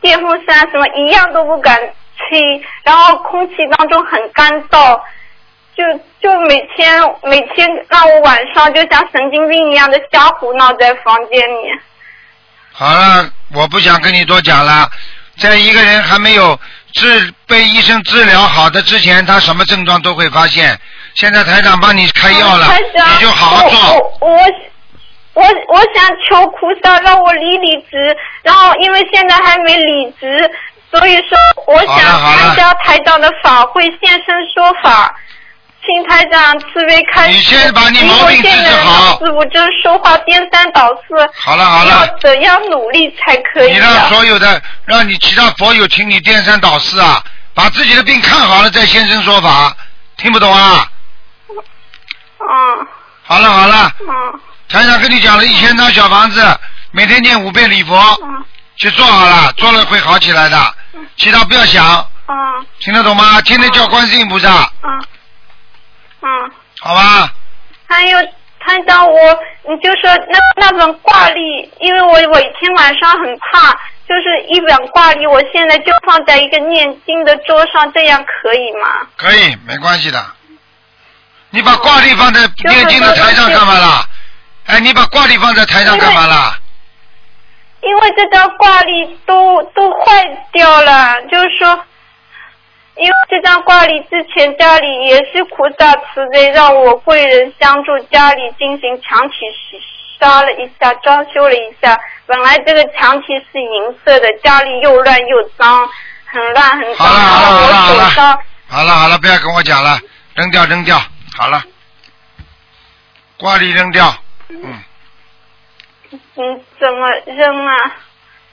电风扇什么一样都不敢吹，然后空气当中很干燥，就就每天每天让我晚上就像神经病一样的瞎胡闹在房间里。
好了，我不想跟你多讲了。在一个人还没有治被医生治疗好的之前，他什么症状都会发现。现在台长帮你开药了，
哦啊台长哦
你就好好做。
我我我我想求菩萨让我离离职，然后因为现在还没离职，所以说我想
好了好了
参加台长的法会现身说法，请台长慈悲开示。
你先把你毛病治治好
因为我现在脑子我就是说话颠三倒四。
好了好了
要，怎样努力才可以、
你
啊？
让所有的让你其他佛友请你颠三倒四啊，把自己的病看好了再现身说法，听不懂啊？
嗯
好了好了，
嗯
台长跟你讲了一千张小房子，每天念五遍礼佛，
嗯
去做好了，做了会好起来的。其他不要想，
嗯
听得懂吗？天天叫观世音菩萨。
嗯嗯。
好吧，
还有台长，我你就说那那本挂历，因为我我以前晚上很怕，就是一本挂历，我现在就放在一个念经的桌上，这样可以吗？
可以，没关系的。你把挂历放在念经的台上干嘛啦？哎，你把挂历放在台上干嘛啦？
因为这张挂历都都坏掉了，就是说。因为这张挂历之前家里也是菩萨慈悲，让我贵人相助，家里进行墙体刷了一下，装修了一下。本来这个墙体是银色的，家里又乱又脏，很乱很脏。
好了好了
然后我手
好
上
好了好了，不要跟我讲了，扔掉扔掉，好了，挂历扔掉，嗯，
嗯怎么扔啊？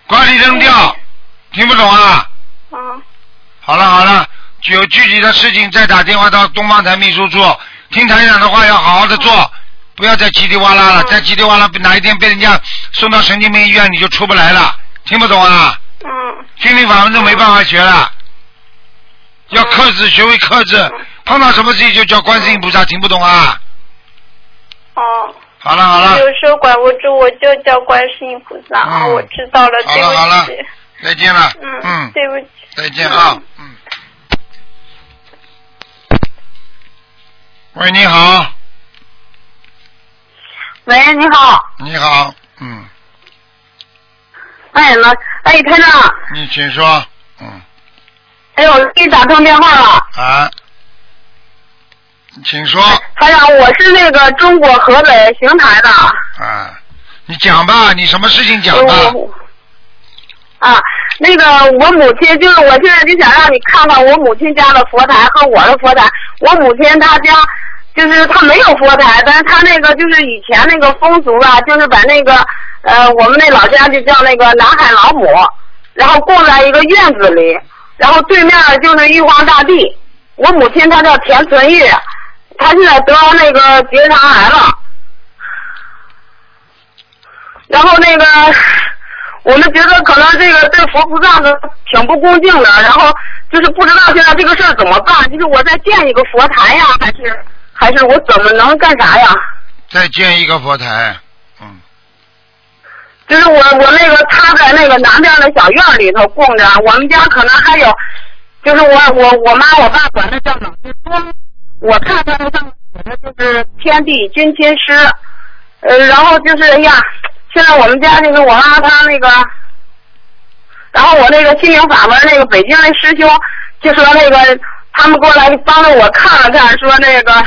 挂历扔掉，听不懂啊？
嗯
好了好了，有具体的事情再打电话到东方台秘书处，听台长的话要好好的做，不要再叽里哇啦了，再叽里哇啦，哪一天被人家送到神经病医院你就出不来了，听不懂啊？
嗯
心灵法门都没办法学了，要克制，学会克制。碰到什么事情就叫观世音菩萨，听不懂啊？
哦。
好了好了，
嗯
有时候管不住，我就叫观世音菩萨啊！
嗯
我知道了，
好
对不
了
起。
好了再见了，
嗯
嗯，，
对不起。
再见啊，嗯。喂，你好，
喂，你好，
你好，嗯，
哎老，哎台长，
你请说，嗯
哎呦，给你打通电话了，
啊，请说
台长，哎我是那个中国河北邢台的，
啊，你讲吧，你什么事情讲吧，
我啊，那个我母亲就是我现在就想让你看看我母亲家的佛台和我的佛台，我母亲她家。就是她没有佛台，但是她那个就是以前那个风俗啊，就是把那个呃我们那老家就叫那个南海老母，然后供在一个院子里，然后对面就是玉皇大帝。我母亲她叫田存玉，她现在得那个结肠癌了。然后那个，我们觉得可能这个对佛菩萨呢挺不恭敬的，然后就是不知道现在这个事儿怎么办，就是我再建一个佛台呀，还是还是我怎么能干啥呀？
再建一个佛台，嗯。
就是我我那个他在那个南边的小院里头供着，我们家可能还有，就是我我我妈我爸管那叫冷静庄，我看他那上写的就是天地君亲师，呃，然后就是哎呀，现在我们家就是我妈她那个，然后我那个心灵法门那个北京那师兄就说那个他们过来帮着我看了看，说那个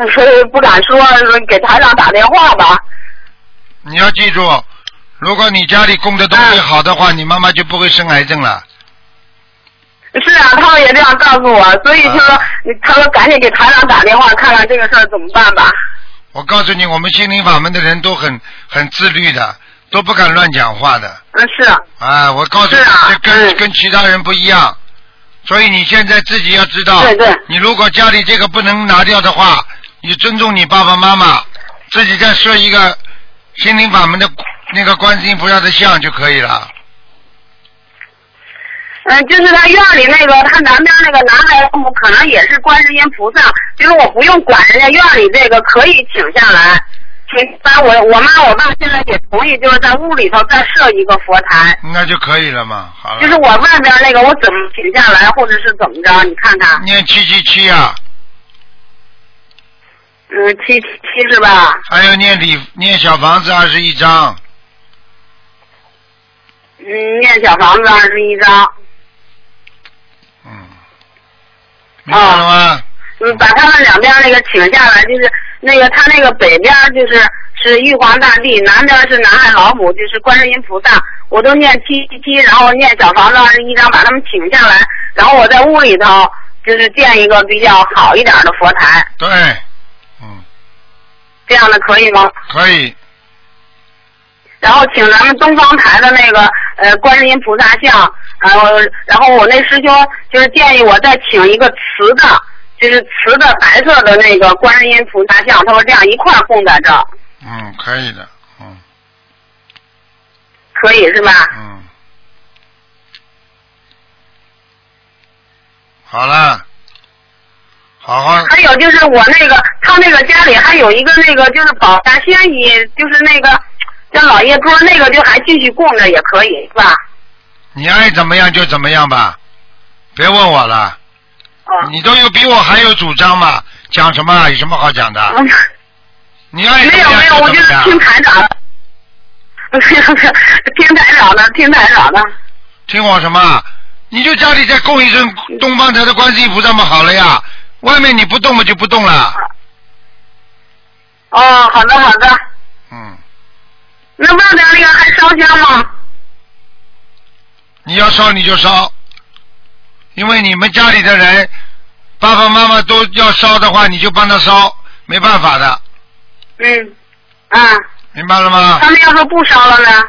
呃不敢说，说给台长打电话吧。
你要记住，如果你家里供的东西
嗯
好的话，你妈妈就不会生癌症了。
是啊，他们也这样告诉我，所以就说，你他说赶紧给台长打电话看看这个事儿怎么办吧。
我告诉你，我们心灵法门的人都很很自律的，都不敢乱讲话的。
嗯，是啊，
啊，我告诉你，
是啊
这跟跟其他人不一样。所以你现在自己要知道，
对对
你如果家里这个不能拿掉的话，你尊重你爸爸妈妈，自己再设一个心灵法门的那个观世音菩萨的像就可以了。
嗯，就是他院里那个他南边那个男孩父母可能也是观世音菩萨，就是我不用管人家院里这个，可以请下来。请，把我我妈我爸现在也同意，就是在屋里头再设一个佛台，
那就可以了嘛，好了。
就是我外边那个我怎么请下来，或者是怎么着，你看看，
念七七七啊，
嗯，七七啊七是吧？
还有念礼念小房子二十一章，
嗯，念小房子二十一张，
嗯，明白了吗？
嗯，把他们两边那个请下来，就是那个他那个北边就是是玉皇大帝，南边是南海老母，就是观世音菩萨。我都念七七七，然后念小房子二十一张，把他们请下来，然后我在屋里头就是建一个比较好一点的佛台，
对，嗯，
这样的可以吗？
可以，
然后请咱们东方台的那个呃观世音菩萨像，然后然后我那师兄就是建议我再请一个瓷的，就是瓷的白色的那个观世音菩萨像，他说这样一块儿供在这儿
嗯，可以的，嗯
可以是吧？
嗯，好了，好好，
还有就是我那个他那个家里还有一个那个就是保大仙椅，就是那个叫老爷桌那个就还继续供着也可以是吧？
你爱怎么样就怎么样吧，别问我了，
嗯。
你都有比我还有主张嘛，讲什么啊有什么好讲的？
嗯
你爱怎么
没有没有，
样
我
就
就
怎么
是听
样，
台长的，听台长的，听台长的。
听我什么？你就家里再供一尊东方台的观世音菩萨嘛，好了呀，外面你不动嘛就不动了，
哦，好的好的。
嗯。
那外边那个还烧香吗？
你要烧你就烧，因为你们家里的人，爸爸妈妈都要烧的话，你就帮他烧，没办法的，
嗯。啊，
明白了吗？
他们要说不烧了呢？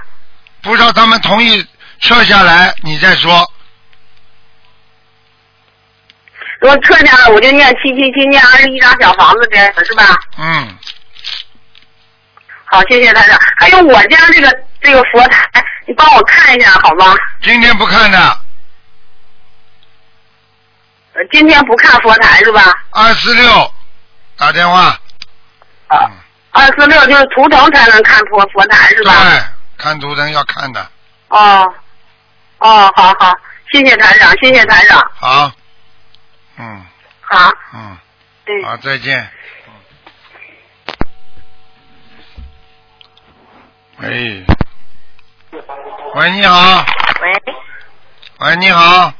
不知道他们同意撤下来，你再说。
如果撤下来，我就念七七七，念二十一张小房子这样的是吧？
嗯，
好，谢谢台长。还有我家这个这个佛台，你帮我看一下好吗？
今天不看的，
呃今天不看佛台是吧？
二四六打电话。
啊，
嗯，
二四六就是图腾才能看佛佛台是
对
吧？，
看图腾要看的。
哦，哦，好好，谢谢台长，谢谢台长，
好，嗯
好，
嗯，
对。
好，再见。哎，喂，你好。
喂，
喂，你好，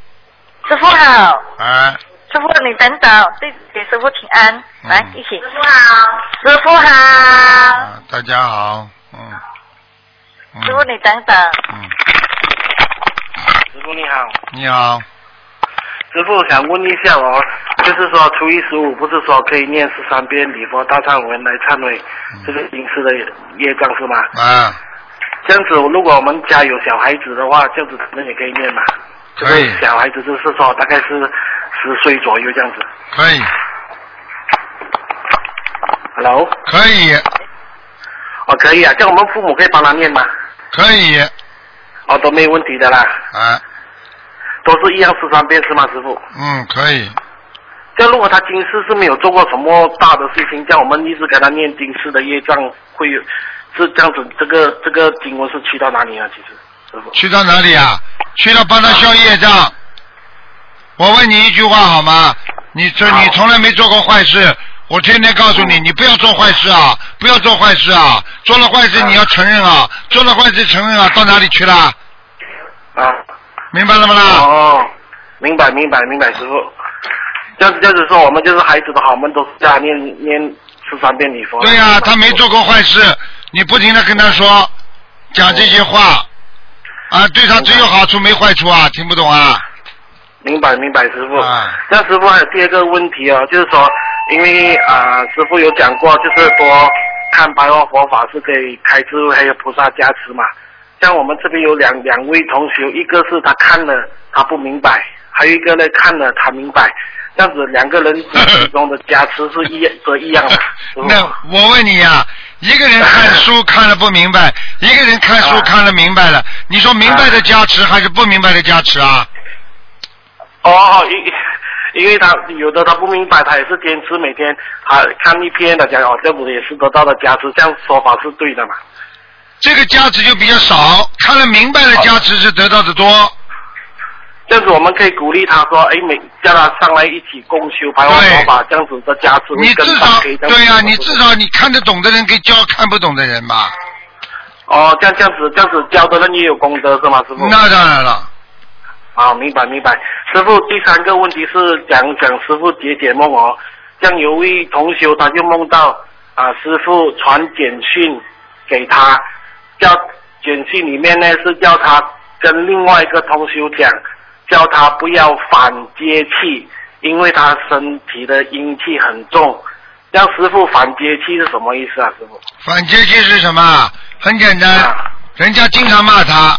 师傅好，
哎，
师傅你等等，对，给师傅请安，来
嗯
一起。师傅好，师傅好，
啊，大家好，嗯，嗯
师傅你等等，
嗯，
师傅你好，
你好，
师傅想问一下哦，就是说初一十五不是说可以念十三遍礼佛大忏文来忏悔
嗯
这个隐私的业障是吗？
啊，
这样子，如果我们家有小孩子的话，这样子可能也可以念嘛。
可以
就是小孩子就是说大概是十岁左右这样子。
可以，
Hello，
可以，
哦可以啊，这样我们父母可以帮他念吗？
可以，
哦都没问题的啦，
啊，
都是一样十三遍是吗，师傅？
嗯，可以，
这样如果他今世是没有做过什么大的事情，这样我们一直给他念今世的业障，会有是这样子，这个这个经文是去到哪里啊？其实，师傅
去到哪里啊？去到帮他消业障。我问你一句话好吗？你这
好
你从来没做过坏事，我天天告诉你，你不要做坏事啊，不要做坏事啊，做了坏事你要承认啊，做了坏事承认啊，到哪里去了？
啊，
明白了吗啦？
哦，明白明白明白，师傅。这样子这样子说，我们就是孩子的好，我们都是在念念十三遍礼佛。
对呀、他没做过坏事，你不停的跟他说，讲这些话，啊，对他只有好处没坏处啊，听不懂啊？
明白明白，师傅。
啊，
那师傅还有第二个问题哦，就是说，因为啊、呃师傅有讲过，就是多看白话佛法是可以开智慧，还有菩萨加持嘛。像我们这边有两两位同学，一个是他看了他不明白，还有一个呢看了他明白，这样子两个人其中的加持是一是一样的。师傅
那我问你呀、一个人看书看了不明白，一个人看书
啊
看了明白了，你说明白的加持还是不明白的加持啊？
哦哦，因因为他有的他不明白，他也是坚持每天他看一篇的讲哦，这不也是得到的加持，这样说法是对的嘛？
这个加持就比较少，看了明白的加持是得到的多。
这样子我们可以鼓励他说，哎，每叫他上来一起共修，排完佛法，这样子的加持会
你
更
至
大
少
可以这样子
对呀、啊
做
你至少你看得懂的人可以教看不懂的人吧？
哦，这样这样子这样子教的人也有功德是吗，师傅？
那当然了，
啊，明白明白。师傅，第三个问题是讲讲师傅解解梦哦。像有一同修，他就梦到啊，师傅传简讯给他，叫简讯里面呢是叫他跟另外一个同修讲，叫他不要反接气，因为他身体的阴气很重。让师傅反接气是什么意思啊，师傅？
反接气是什么？很简单，
啊
人家经常骂他，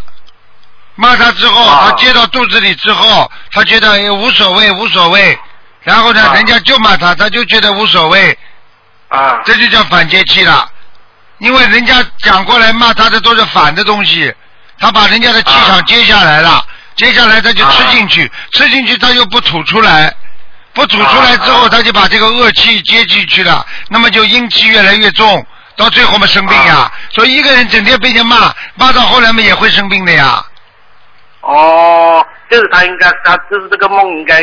骂他之后，
啊
他接到肚子里之后，他觉得也无所谓，无所谓。然后呢，
啊
人家就骂他，他就觉得无所谓，
啊
这就叫反接气了。因为人家讲过来骂他的都是反的东西，他把人家的气
啊
场接下来了，接下来他就吃
啊
进去，吃进去他又不吐出来，不吐出来之后，
啊
他就把这个恶气接进去了，那么就阴气越来越重，到最后嘛生病呀
啊。
所以一个人整天被人家骂，骂到后来嘛也会生病的呀。
哦，就是他应该，他就是这个梦应该，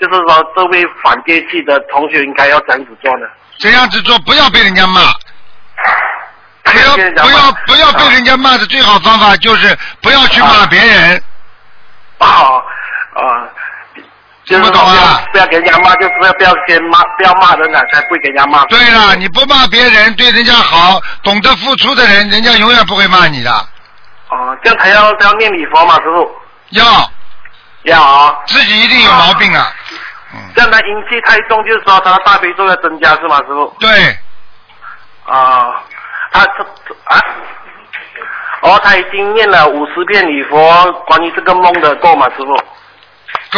就是说这位反接气的同学应该要这样子做呢。
这样子做不要被人家骂，不要
哎跟人家
不要
骂
不要被人家骂的最好方法就是不要去骂
啊
别人。
啊啊啊，就
听
是说
不懂啊
不要不要给人家骂，就是不要不要先骂，不要骂人了，啊才不会给人家骂。
对了，你不骂别人，对人家好，懂得付出的人，人家永远不会骂你的。
哦，这样才要才要念礼佛嘛，师傅。
要
要啊、
自己一定有毛病啊。
这样他阴气太重，就是说他的大悲咒要增加是吗，师傅？
对，
啊，他这啊，哦，他已经念了五十遍礼佛，关于这个梦的够吗，师傅？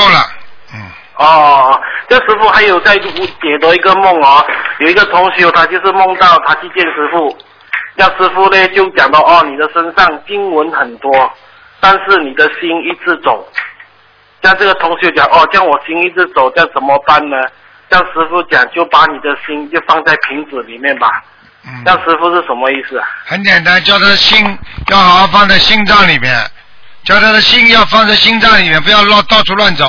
够了。嗯，
哦，这师傅还有在解的一个梦哦，有一个同学他就是梦到他去见师傅，那师傅呢就讲到哦，你的身上经文很多，但是你的心一直走。像这个同学讲哦，像我心一直走，这样怎么办呢？像师傅讲，就把你的心就放在瓶子里面吧。
嗯
像师傅是什么意思啊？
很简单，叫他的心要好好放在心脏里面，叫他的心要放在心脏里面，不要乱到处乱走。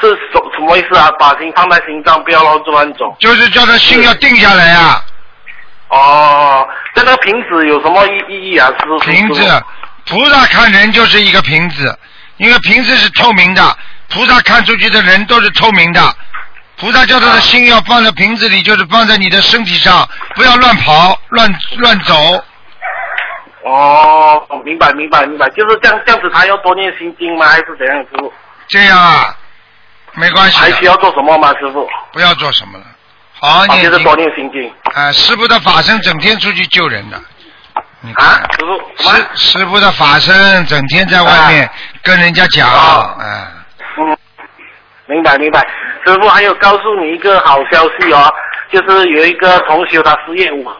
是什什么意思啊？把心放在心脏，不要乱乱走。
就是叫他心要定下来啊，
哦，这那个瓶子有什么意意义啊？师傅
瓶
师
子
傅。
菩萨看人就是一个瓶子，因为瓶子是透明的，菩萨看出去的人都是透明的。菩萨叫他的心要放在瓶子里，就是放在你的身体上，不要乱跑、乱乱走。
哦，我明白明白明白，就是这样这样子，他要多念心经吗？还是怎样？师傅，
这样啊，没关系
还需
的，
要做什么吗？师傅，
不要做什么了，好好
啊，
念
就是
经
多。念心经
啊，师傅的法身整天出去救人的，你看
啊，师傅，
师师傅的法身整天在外面跟人家讲，
啊
啊，
嗯，明白明白，师傅还有告诉你一个好消息哦，就是有一个同学他失业五号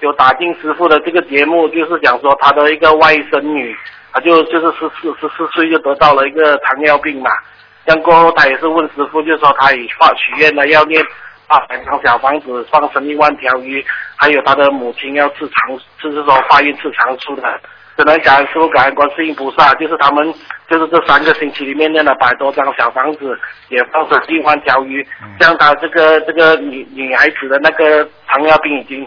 有打进师傅的这个节目，就是讲说他的一个外甥女，他就就是十四十四岁就得到了一个糖尿病嘛，这样过后他也是问师傅，就说他也发许愿了要念八百张小房子放生一万条鱼，还有他的母亲要吃长，就是说发愿吃长寿的。只能感恩师傅，感恩观世音菩萨，就是他们就是这三个星期里面念了百多张小房子，也放生一万条鱼
嗯，
这样他这个这个女女孩子的那个糖尿病已经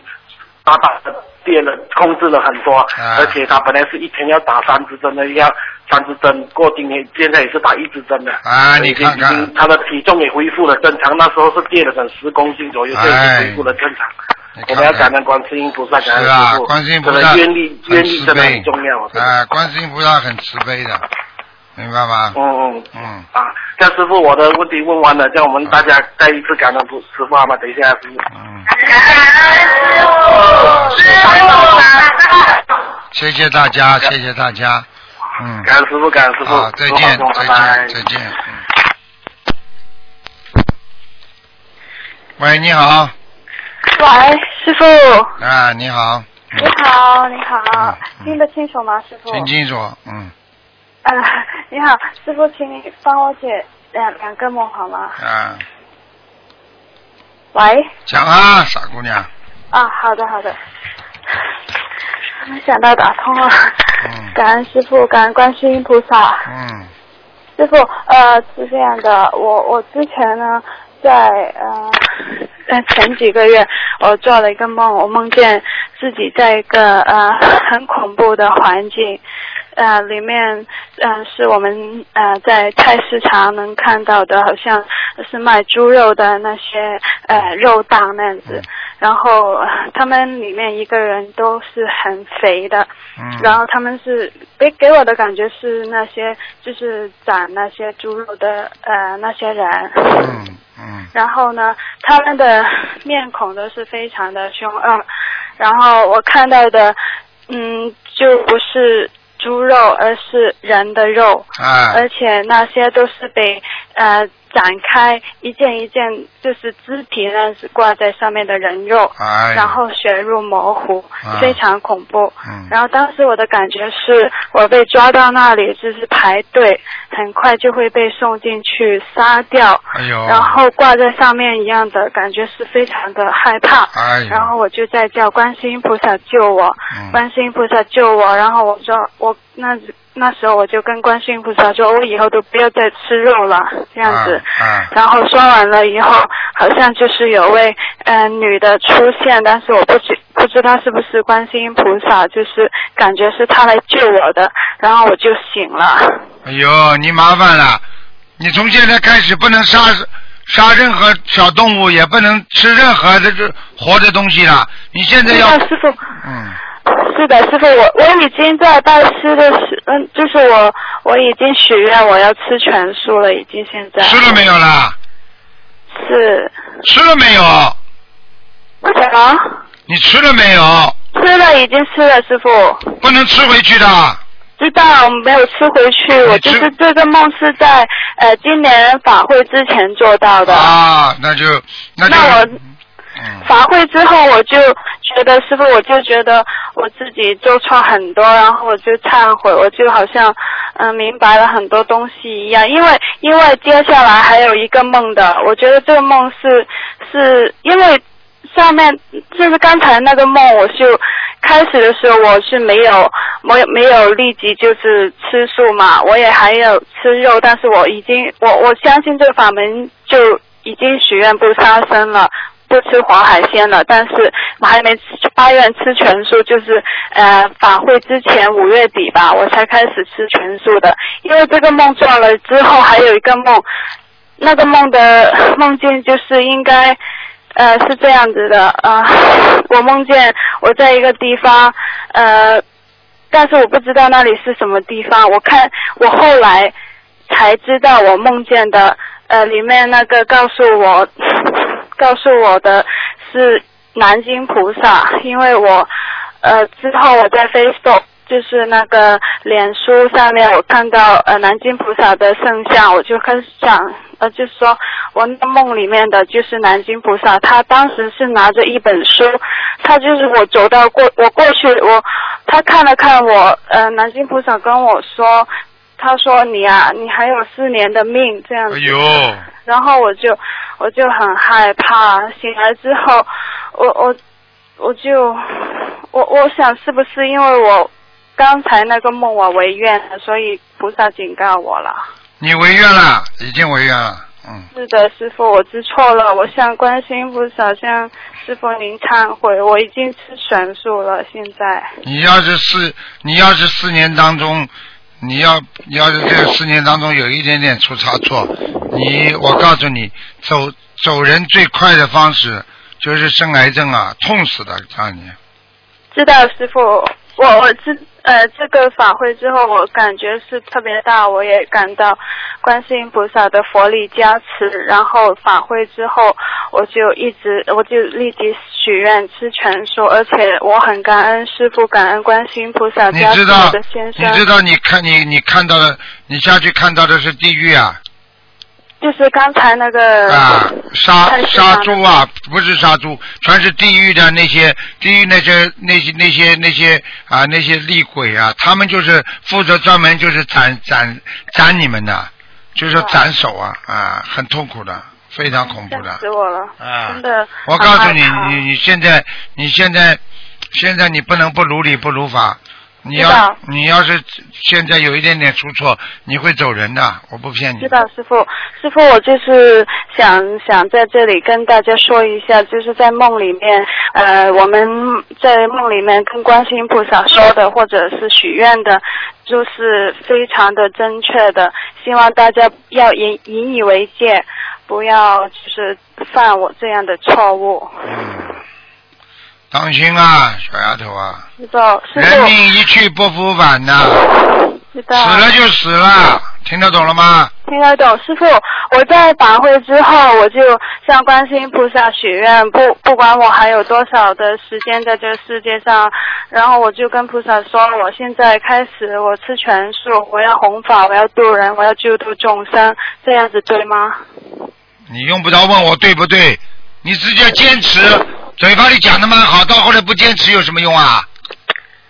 大大的变了，控制了很多，
啊
而且他本来是一天要打三支针的，要三支针，过今天现在也是打一支针的。
啊你
已经
看看
已经他的体重也恢复了正常，那时候是跌了整十公斤左右，现在已经恢复了正常。
哎你
我
看
们要感
看。
恩观世音菩萨，
是
感恩
啊
师，父
观世音菩
真的
萨
愿力
很
愿力
慈
真的
悲
很重要啊。真的
啊，观世音菩萨很慈悲的，明白吗？
嗯嗯。
嗯，
啊，这样师傅，我的问题问完了，叫我们大家再一次感恩菩师傅好吗？等一下，师傅。
嗯，
师
谢谢大家，谢谢大家，嗯，
感恩师傅，感恩师傅。
啊好，再见，
师父保
再
重拜拜
见，再见。嗯。喂，你好，
喂，师傅，
啊，你好，
你好，你好
嗯，
听得清楚吗，师傅？
请清楚，嗯，
啊，你好，师傅，请你帮我解两两个梦好吗？
啊，
喂，
讲啊，傻姑娘，
啊，好的好的，没 想到打通了，
嗯
感恩师傅，感恩观世音菩萨。
嗯，
师傅，呃，是这样的，我我之前呢，在呃，在前几个月，我做了一个梦，我梦见自己在一个呃很恐怖的环境，呃，里面呃是我们呃在菜市场能看到的，好像是卖猪肉的那些呃肉档那样子，然后、呃他们里面一个人都是很肥的，
嗯，
然后他们是给给我的感觉是那些就是斩那些猪肉的呃那些人，
嗯嗯
然后呢，他们的面孔都是非常的凶恶，然后我看到的嗯就不是猪肉，而是人的肉，
啊，
而且那些都是被呃展开一件一件就是肢体那样子挂在上面的人肉，
哎，
然后血肉模糊
啊，
非常恐怖。
嗯
然后当时我的感觉是我被抓到那里，就是排队，很快就会被送进去杀掉，
哎呦，
然后挂在上面一样的感觉是非常的害怕。
哎呦，
然后我就在叫观世音菩萨救我，
嗯
观世音菩萨救我。然后我说我那那时候我就跟观世音菩萨说，我以后都不要再吃肉了，这样子。
啊啊
然后说完了以后，好像就是有位嗯、呃女的出现，但是我不知不知道是不是观世音菩萨，就是感觉是她来救我的，然后我就醒了。
哎呦，你麻烦了，你从现在开始不能杀杀任何小动物，也不能吃任何的这活的东西了。你现在要
那，师傅，
嗯，
是的，师傅，我我已经在拜师的时，嗯，就是我我已经许愿我要吃全素了，已经现在
吃了没有啦？
是
吃了没有？
什么？
你吃了没有？
吃了已经吃了，师傅
不能吃回去的。
知道我没有吃回去，我
吃
就是这个梦是在呃今年法会之前做到的。
啊，那就那就
那我
嗯
法会之后，我就觉得师傅，我就觉得我自己做错很多，然后我就忏悔，我就好像嗯、呃明白了很多东西一样。因为因为接下来还有一个梦的，我觉得这个梦是是因为上面就是刚才那个梦，我就开始的时候我是没有没有没有立即就是吃素嘛，我也还有吃肉，但是我已经我我相信这个法门就已经许愿不杀生了。不吃黄海鲜了，但是我还没吃发愿吃全素，就是呃法会之前五月底吧，我才开始吃全素的。因为这个梦做了之后，还有一个梦，那个梦的梦境就是应该呃是这样子的，呃，我梦见我在一个地方，呃，但是我不知道那里是什么地方。我看我后来才知道我梦见的，呃，里面那个告诉我，告诉我的是南京菩萨，因为我呃之后我在 Facebook。就是那个脸书上面，我看到呃南京菩萨的圣像，我就开始想，呃，就是说我那梦里面的就是南京菩萨，他当时是拿着一本书，他就是我走到过我过去，我他看了看我，呃，南京菩萨跟我说，他说你啊，你还有四年的命这样子
哎。呦，
然后我就我就很害怕，醒来之后，我我我就我我想是不是因为我刚才那个梦我违愿了，所以菩萨警告我了。
你违愿了，已经违愿了。嗯，
是的，师傅，我知错了，我向观世音菩萨，向师傅您忏悔，我已经吃全素了，现在。
你要是四，你要是四年当中，你要你要是这个四年当中有一点点出差错，你我告诉你，走走人最快的方式就是生癌症啊，痛死的，告诉你。
知道师傅，我我知呃这个法会之后，我感觉是特别大，我也感到观世音菩萨的佛力加持。然后法会之后，我就一直我就立即许愿吃全素，而且我很感恩师傅，感恩观世音菩萨
你
加
知
持
道
我的先，
你
生，
知道，你看你你看到的，你下去看到的是地狱啊
就是刚才那个
啊，杀
太
杀
吓人
猪啊，不是杀猪，全是地狱的那些地狱那些那些那些那些啊那些厉鬼啊，他们就是负责专门就是斩斩斩你们的，就是说斩首啊啊，很痛苦的，非常恐怖
吓
的。
死我了，
啊
真的。
我告诉你
很害，怕
你你现在你现在现在你不能不如理不如法，你
知
要
道
你要是现在有一点点出错，你会走人的，我不骗你
知。道师傅，师傅，我就是想想在这里跟大家说一下，就是在梦里面，呃，我们在梦里面跟观世音菩萨说的，或者是许愿的，就是非常的正确的，希望大家要引引以为戒，不要就是犯我这样的错误。
当心啊，小丫头啊，
知道，师
人
傅，
命一去不复返呐，
知道。
死了就死了，听得懂了吗？
听得懂，师傅，我在法会之后，我就向观世音菩萨许愿，不不管我还有多少的时间在这个世界上，然后我就跟菩萨说，我现在开始我吃全素，我要弘法，我要度人，我要救度众生，这样子对吗？
你用不着问我对不对，你直接坚持，嘴巴里讲的蛮好，到后来不坚持有什么用啊？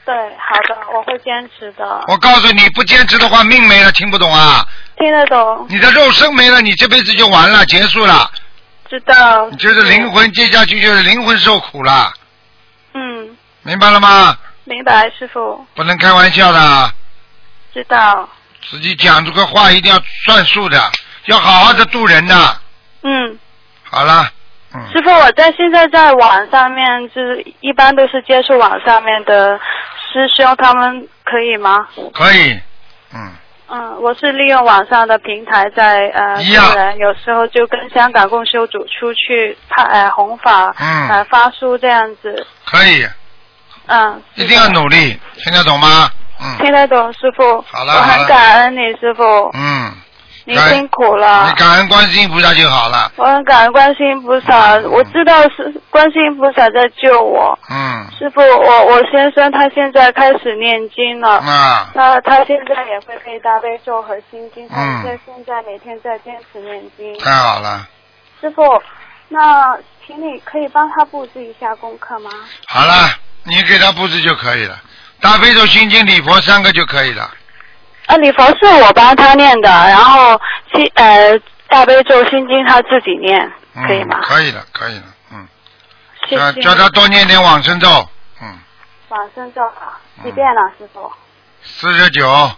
对，好的，我会坚持的。
我告诉你，不坚持的话命没了，听不懂啊？
听得懂，
你的肉身没了，你这辈子就完了，结束了。
知道
你。就是灵魂接下去就是灵魂受苦了，
嗯，
明白了吗？
明白，师傅，嗯
不能开玩笑的啊，
知道。
自己讲这个话一定要算数的，要好好的度人的。
嗯。
好了，嗯，
师傅，我在现在在网上面，就是一般都是接触网上面的师兄，他们可以吗？
可以，嗯，
嗯，我是利用网上的平台在呃
一样
个人，有时候就跟香港共修组出去派呃弘法，
嗯
呃发书这样子，
可以，
嗯，
一定要努力，听得懂吗？嗯
听得懂师傅，
好了
我
好了
很感恩你师傅，
嗯，
您
感
辛苦了，
你感恩观世音菩萨就好了，
我很感恩观世音菩萨，我知道是观世音菩萨在救我，
嗯，
师傅，我我先生他现在开始念经了，
啊，
那他现在也会背大悲咒和心经，他
嗯
在现在每天在坚持念经。
太好了，
师傅，那请你可以帮他布置一下功课吗？
好了，你给他布置就可以了，大悲咒、心经、礼佛三个就可以了，
啊，礼佛是我帮他念的，然后心呃大悲咒、心经他自己念，
嗯，
可以吗？
可以了，可以了，嗯。
谢
啊，
谢。
叫他多念点往生咒，嗯，
晚上就好，啊几遍了，师傅？
四十九，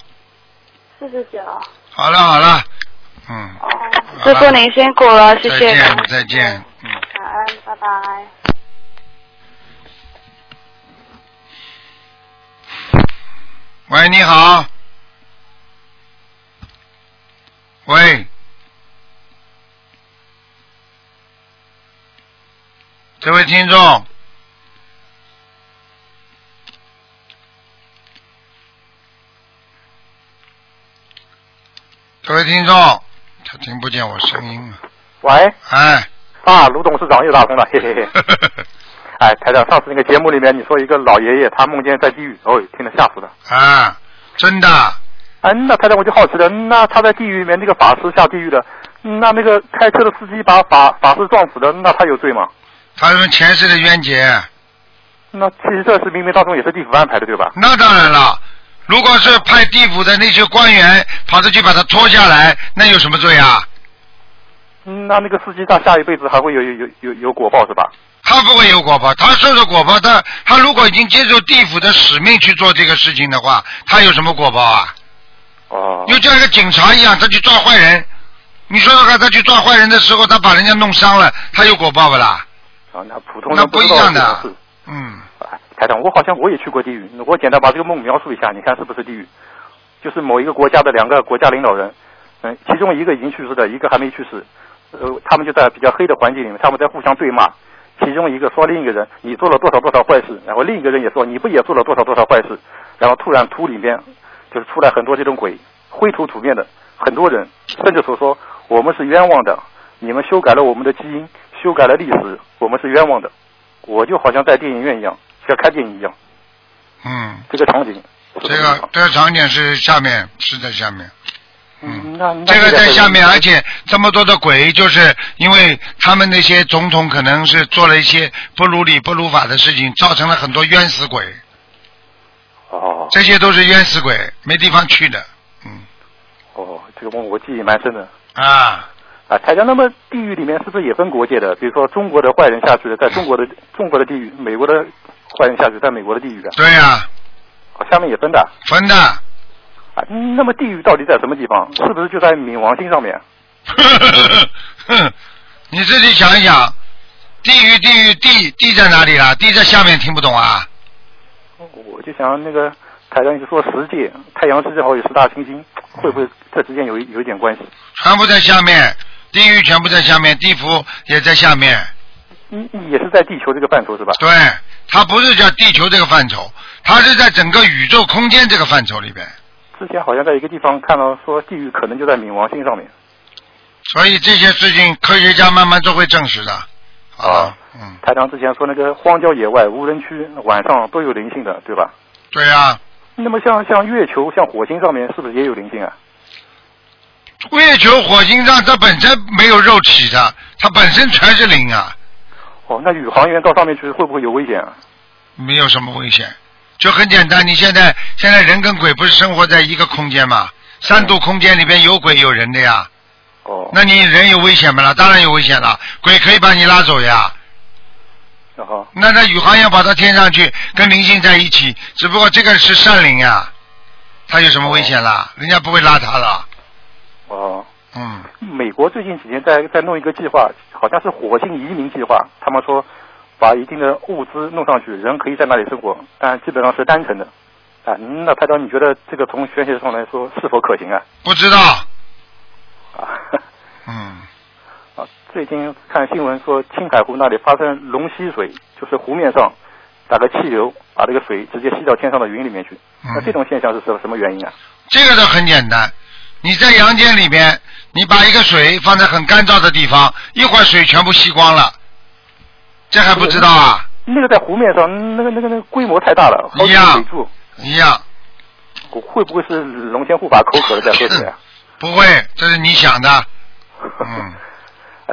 四十九。
好了好了，嗯，
哦，师傅您辛苦了，谢
再
谢。
见再见，嗯，
感恩，拜拜。
喂你好，喂，这位听众，这位听众，他听不见我声音了，啊
喂，
哎。
啊，卢董事长又打通了，嘿 嘿嘿。哎，台长，上次那个节目里面你说一个老爷爷他梦见在地狱，哦，听得吓死了。
啊，真的，
嗯，那台长我就好奇了，嗯那他在地狱里面那个法师下地狱了，嗯那那个开车的司机把法法师撞死了，那他有罪吗？
他们前世的冤结，啊
那其实这是冥冥当中也是地府安排的，对吧？
那当然了。如果是派地府的那些官员跑出去把他拖下来，那有什么罪啊？
嗯那那个司机他下一辈子还会有有有有有果报是吧？
他不会有果报，他受着果报，他他如果已经接受地府的使命去做这个事情的话，他有什么果报啊？
哦，
就像一个警察一样，他去抓坏人，你说说看，他去抓坏人的时候，他把人家弄伤了，他有果报不啦？
啊，那普通
那
人
不
不
一
知道
样
这种
的
事。哎
嗯，
台长，我好像我也去过地狱。我简单把这个梦描述一下，你看是不是地狱？就是某一个国家的两个国家领导人，嗯，其中一个已经去世的，一个还没去世，呃，他们就在比较黑的环境里面，他们在互相对骂。其中一个说另一个人你做了多少多少坏事，然后另一个人也说你不也做了多少多少坏事，然后突然土里面就是出来很多这种鬼，灰头土面的很多人，甚至所说我们是冤枉的，你们修改了我们的基因，修改了历史，我们是冤枉的。我就好像在电影院一样，像看电影一样，
嗯，
这个场景。
这个这个场景是下面是在下面，
嗯，那那
这个在下面，而
且
且这么多的鬼，就是因为他们那些总统可能是做了一些不如理不如法的事情，造成了很多冤死鬼。
哦
这些都是冤死鬼，没地方去的
哦，这个梦我记忆蛮深的
啊。
啊。台长，那么地狱里面是不是也分国界的？比如说中国的坏人下去了，在中国的中国的地狱；美国的坏人下去，在美国的地狱的。
对啊呀、
哦，下面也分的
分的。
啊。嗯那么地狱到底在什么地方？是不是就在冥王星上面？
哼， 你自己想一想，地狱地狱地地在哪里啦？地在下面，听不懂啊？
我就想那个台长一直说十界，太阳系正好有十大行星，会不会这之间有一有一点关系？
全部在下面，地狱全部在下面，地府也在下面。
嗯，也是在地球这个范畴是吧？
对，它不是叫地球这个范畴，它是在整个宇宙空间这个范畴里边。
之前好像在一个地方看到说地狱可能就在冥王星上面。
所以这些事情科学家慢慢都会证实的。啊，嗯，
台长之前说那个荒郊野外、无人区，晚上都有灵性的，对吧？
对啊呀、
那么像像月球、像火星上面是不是也有灵性啊？
月球、火星上它本身没有肉体的，它本身全是灵啊，
哦，那宇航员到上面去会不会有危险啊？
没有什么危险。就很简单，你现在现在人跟鬼不是生活在一个空间嘛？三度空间里边有鬼有人的呀。
哦。
那你人有危险不啦？当然有危险了，鬼可以把你拉走呀。
然后
那那宇航员跑到天上去，跟灵性在一起，只不过这个是善灵呀，他有什么危险啦？人家不会拉他了。
哦，
嗯，
美国最近几年在在弄一个计划，好像是火星移民计划，他们说把一定的物资弄上去，人可以在那里生活，但基本上是单程的。啊，那台长，你觉得这个从玄学上来说是否可行啊？
不知道。嗯
啊，最近看新闻说，青海湖那里发生龙吸水，就是湖面上打个气流，把这个水直接吸到天上的云里面去。
嗯
那这种现象是什什么原因啊？
这个倒很简单，你在阳间里边，你把一个水放在很干燥的地方，一会儿水全部吸光了，这还不知道啊？
那个在湖面上，那个那个那个规模太大了，好
一
几
样
个水柱，
一样，
会不会是龙仙护法口渴了在喝 水啊？
不会，这是你想的。嗯
啊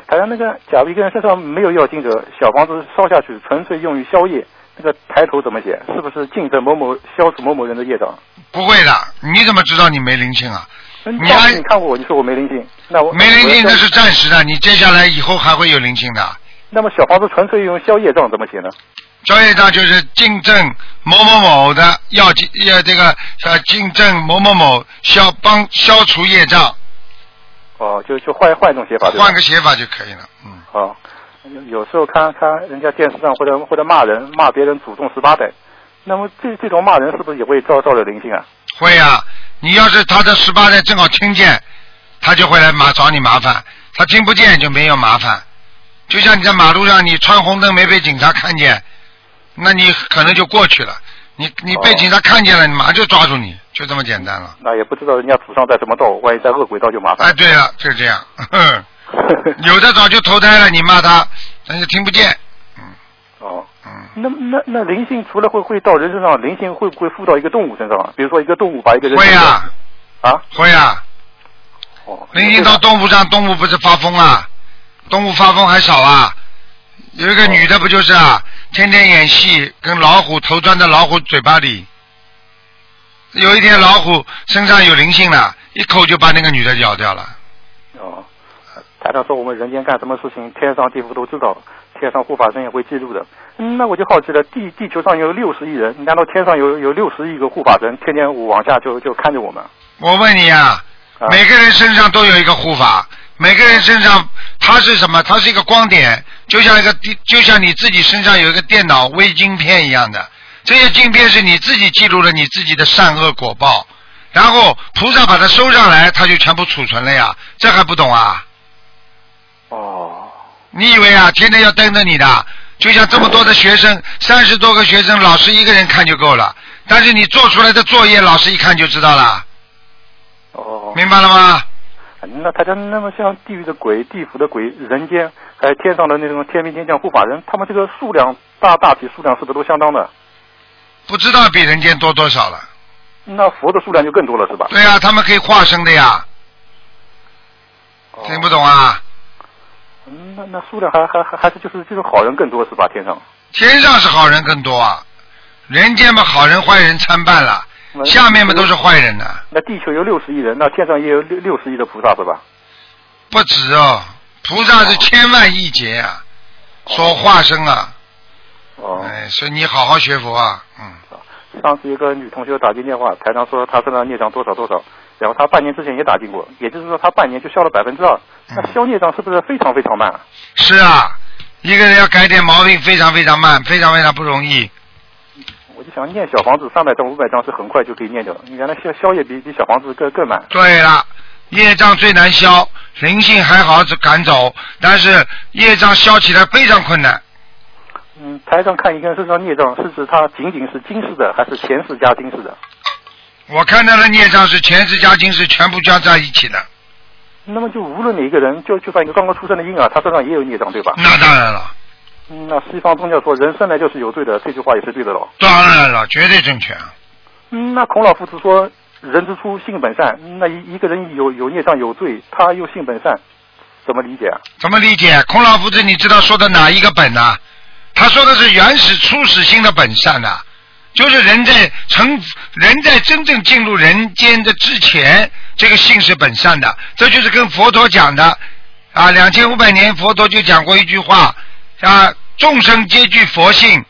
台上那个，假如一个人身上没有要经者，小房子烧下去，纯粹用于消业，那个抬头怎么写？是不是净证某某消除某某人的业障？
不会的，你怎么知道你没灵性啊？
嗯
你
上
还
次你看过我，你说我没灵性，那我
没灵性
我
那
要
是暂时的，你接下来以后还会有灵性的。
那么小房子纯粹用消业障怎么写呢？
专业上就是竞争某某某的要进要这个呃竞争某某某消帮消除业障，
哦，就就换换一种写法，对吧
换个写法就可以了。嗯
哦，有有时候看看人家电视上或者或者骂人，骂别人祖宗十八代，那么这这种骂人是不是也会招招惹灵性啊？
会啊，你要是他的十八代正好听见，他就会来麻找你麻烦；他听不见就没有麻烦。就像你在马路上你穿红灯没被警察看见，那你可能就过去了。你你被警察看见了，你马上就抓住你，就这么简单了。
那也不知道人家祖上在什么道，万一在恶鬼道就麻烦。
哎，对了，就是这样。 哼有的早就投胎了，你骂他，人家听不见。
哦，
嗯
那那那灵性除了会会到人身上，灵性会不会附到一个动物身上啊？比如说一个动物把一个人
会呀、
啊，啊，
会啊。
哦，
灵性到动物上，动物不是发疯啊？动物发疯还少啊？有一个女的不就是啊，天天演戏，跟老虎头钻到老虎嘴巴里。有一天老虎身上有灵性了，一口就把那个女的咬掉了。
哦，台长说我们人间干什么事情，天上地府都知道，天上护法神也会记录的。嗯那我就好奇了，地地球上有六十亿人，难道天上有有六十亿个护法神，天天往下就就看着我们？
我问你啊，每个人身上都有一个护法，每个人身上它是什么？它是一个光点，就像一个地就像你自己身上有一个电脑微晶片一样的，这些晶片是你自己记录了你自己的善恶果报，然后菩萨把它收上来，它就全部储存了呀，这还不懂啊？
哦，
你以为啊，天天要盯着你的？就像这么多的学生，三十多个学生，老师一个人看就够了，但是你做出来的作业，老师一看就知道了，
哦，
明白了吗？
那他讲，那么像地狱的鬼、地府的鬼、人间，还有天上的那种天兵天将护法人，他们这个数量大大体数量是不是都相当的？
不知道比人间多多少了。
那佛的数量就更多了是吧？
对呀、啊他们可以化身的呀。听不懂啊？
嗯那那数量还还还还是就是就是好人更多是吧？天上
天上是好人更多啊，人间嘛好人坏人参半了，下面嘛都是坏人呢、
那地球有六十亿人，那天上也有六六十亿的菩萨是吧？
不止哦，菩萨是千万亿劫啊，说化身啊。
哦。
哎，所以你好好学佛啊，嗯。
上次有个女同学打进电话，台长说她身上孽障多少多少，然后她半年之前也打进过，也就是说她半年就消了百分之二，那消孽障是不是非常非常慢啊？
是啊，一个人要改点毛病非常非常慢，非常非常不容易。
我就想念小房子三百张五百张是很快就可以念掉的，原来消消业比比小房子更更慢。
对了，业障最难消，灵性还好赶走，但是业障消起来非常困难。
嗯，台上看一个人身上孽障，是指他仅仅是今世的，还是前世加今世的？
我看到的孽障是前世加今世全部加在一起的，
那么就无论哪一个人，就就算一个刚刚出生的婴儿，他身上也有孽障，对吧？
那当然了，
嗯那西方宗教说人生来就是有罪的，这句话也是对的喽。
当然了，绝对正确啊。
嗯，那孔老夫子说人之初性本善，嗯那一一个人有有孽障有罪，他又性本善，怎么理解啊？
怎么理解？孔老夫子，你知道说的哪一个本呢、啊他说的是原始初始心的本善呐、就是人在成人在真正进入人间的之前，这个性是本善的，这就是跟佛陀讲的啊，两千五百年佛陀就讲过一句话啊，众生皆具佛性，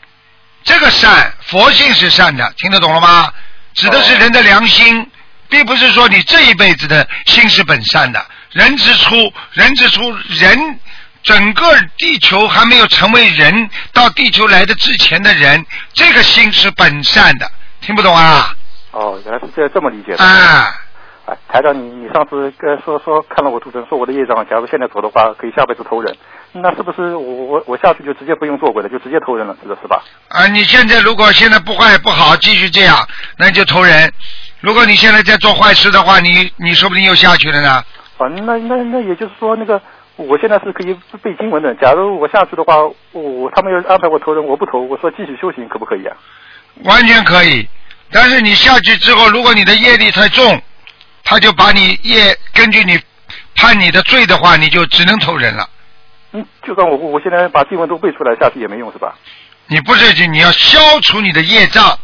这个善佛性是善的，听得懂了吗？指的是人的良心，并不是说你这一辈子的心是本善的。人之初，人之初，人整个地球还没有成为人，到地球来的之前的人，这个心是本善的，听不懂啊？
哦，原来是这这么理解的。
啊，
哎，台长，你你上次跟说说看了我图腾，说我的业障，假如现在走的话，可以下辈子投人，那是不是我我我下去就直接不用做鬼了，就直接投人了，是的是吧？
啊，你现在如果现在不坏不好，继续这样，那你就投人。如果你现在在做坏事的话，你你说不定又下去了呢。
啊，那那那也就是说，那个我现在是可以背经文的。假如我下去的话，我他们要是安排我投人，我不投，我说继续修行可不可以啊？
完全可以。但是你下去之后，如果你的业力太重，他就把你业根据你判你的罪的话，你就只能投人了。
嗯，就算我我现在把经文都背出来，下去也没用是吧？
你不是你要消除你的业障，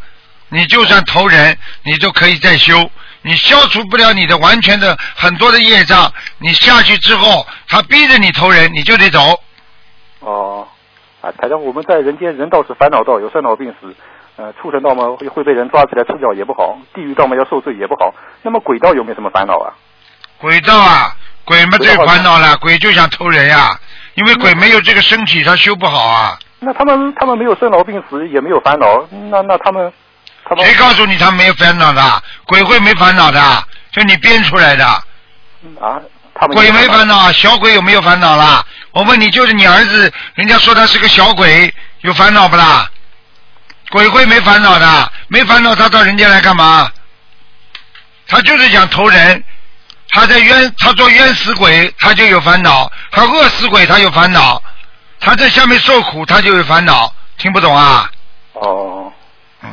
你就算投人，你都可以再修。你消除不了你的完全的很多的业障，你下去之后，他逼着你投人，你就得走。
哦，啊，台长，我们在人间人道是烦恼道，有生老病死，呃，畜生道嘛会会被人抓起来吃掉也不好，地狱道嘛要受罪也不好。那么鬼道有没有什么烦恼啊？
鬼道啊，鬼嘛最烦恼了，鬼就想投人呀、因为鬼没有这个身体，他修不好啊。
那他们他们没有生老病死，也没有烦恼，那那他们
谁告诉你他没有烦恼的？鬼会没烦恼的，就你编出来的。
啊，他们
鬼没烦恼，小鬼有没有烦恼啦？我问你，就是你儿子，人家说他是个小鬼，有烦恼不啦？鬼会没烦恼的，没烦恼他到人间来干嘛？他就是想投人，他在冤，他做冤死鬼，他就有烦恼；他饿死鬼，他有烦恼；他在下面受苦，他就有烦恼。听不懂啊？
哦，嗯，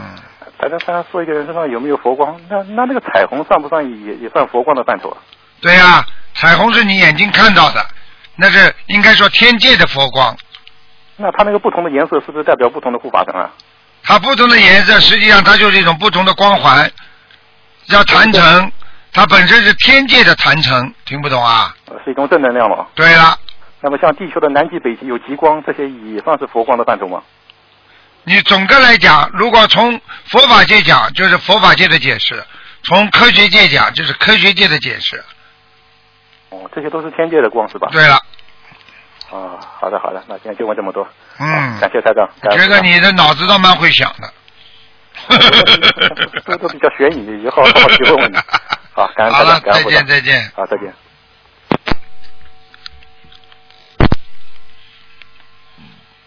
台长，刚才说一个人身上有没有佛光？那那那个彩虹算不算也也算佛光的范畴啊？
对呀、彩虹是你眼睛看到的，那是应该说天界的佛光。
那它那个不同的颜色是不是代表不同的护法神啊？
它不同的颜色，实际上它就是一种不同的光环，叫坛城，它本身是天界的坛城，听不懂啊？
呃是一种正能量嘛？
对了，
那么像地球的南极、北极有极光，这些也算是佛光的范畴吗？
你总的来讲，如果从佛法界讲，就是佛法界的解释；从科学界讲，就是科学界的解释。
哦，这些都是天界的光是吧？
对了。
啊，好的好的，那今天就问这么多，
嗯，
感谢台长。感谢
觉
台
得
长
你的脑子倒蛮会想的。
都都比较悬疑，以后好好去问 问你。好，感恩
好
台
了
长，，感
再
恩
见再见。
好，再见。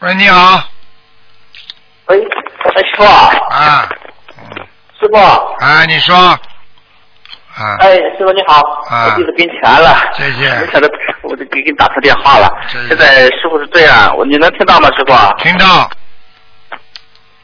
喂，你好。
喂，师傅啊，
啊，
师傅，
啊，你说，啊，
哎，师傅你好，
啊
我弟子给你钱了，
谢谢
没想到我就给给你打错电话了。
是
现在师傅是这样，我你能听到吗，师傅？
听到。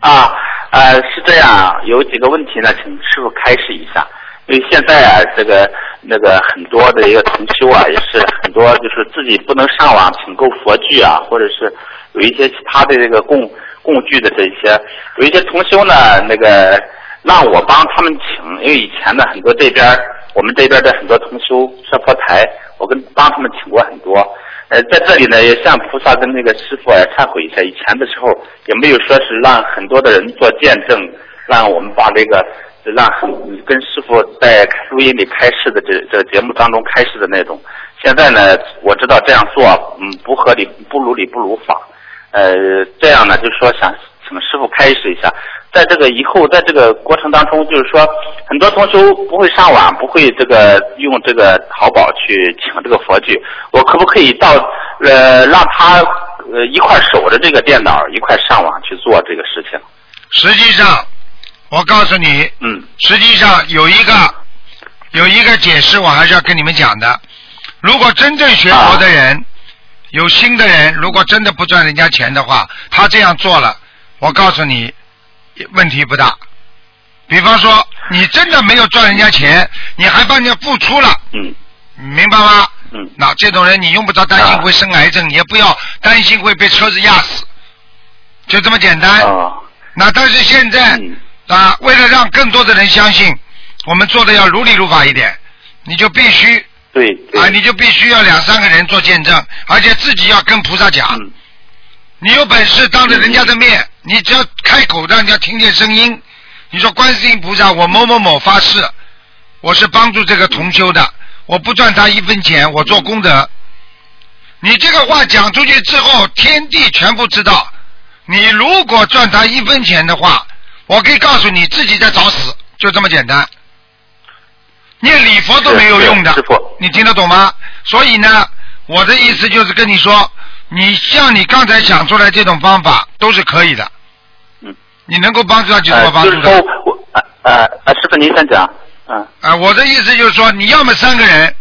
啊，呃，是这样，有几个问题呢，请师傅开示一下。因为现在啊，这个那个很多的一个同修啊，也是很多就是自己不能上网请购佛具啊，或者是有一些其他的这个供供具的这些，有一些同修呢，那个让我帮他们请，因为以前呢，很多这边儿我们这边的很多同修设佛台，我跟帮他们请过很多。呃，在这里呢，也向菩萨跟那个师傅啊忏悔一下，以前的时候也没有说是让很多的人做见证，让我们把这个让跟师傅在录音里开示的这这个节目当中开示的那种。现在呢，我知道这样做，嗯，不合理，不如理，不如法。呃，这样呢，就是说想请师傅开示一下，在这个以后，在这个过程当中，就是说很多同修不会上网，不会这个用这个淘宝去请这个佛具，我可不可以到呃让他呃一块儿守着这个电脑，一块儿上网去做这个事情？
实际上，我告诉你，
嗯，
实际上有一个有一个解释，我还是要跟你们讲的。如果真正学佛的人，
啊
有心的人，如果真的不赚人家钱的话，他这样做了，我告诉你，问题不大。比方说，你真的没有赚人家钱，你还帮人家付出了，
嗯，
明白吗？
嗯，啊
那这种人你用不着担心会生癌症，也不要担心会被车子压死，就这么简单。
啊
那但是现在、
嗯
啊，为了让更多的人相信，我们做的要如理如法一点，你就必须
对
啊，你就必须要两三个人做见证，而且自己要跟菩萨讲。
嗯
你有本事当着人家的面，你只要开口让人家听见声音，你说观世音菩萨，我某某某发誓，我是帮助这个同修的，我不赚他一分钱，我做功德。你这个话讲出去之后，天地全部知道。你如果赚他一分钱的话，我可以告诉你，自己在找死，就这么简单。念礼佛都没有用的
是是师父，
你听得懂吗？所以呢，我的意思就是跟你说，你像你刚才想出来这种方法都是可以的。
嗯，
你能够帮助到就多帮助
呃、就是
他。
说我呃呃，师傅您先讲，嗯
啊，我的意思就是说，你要么三个人，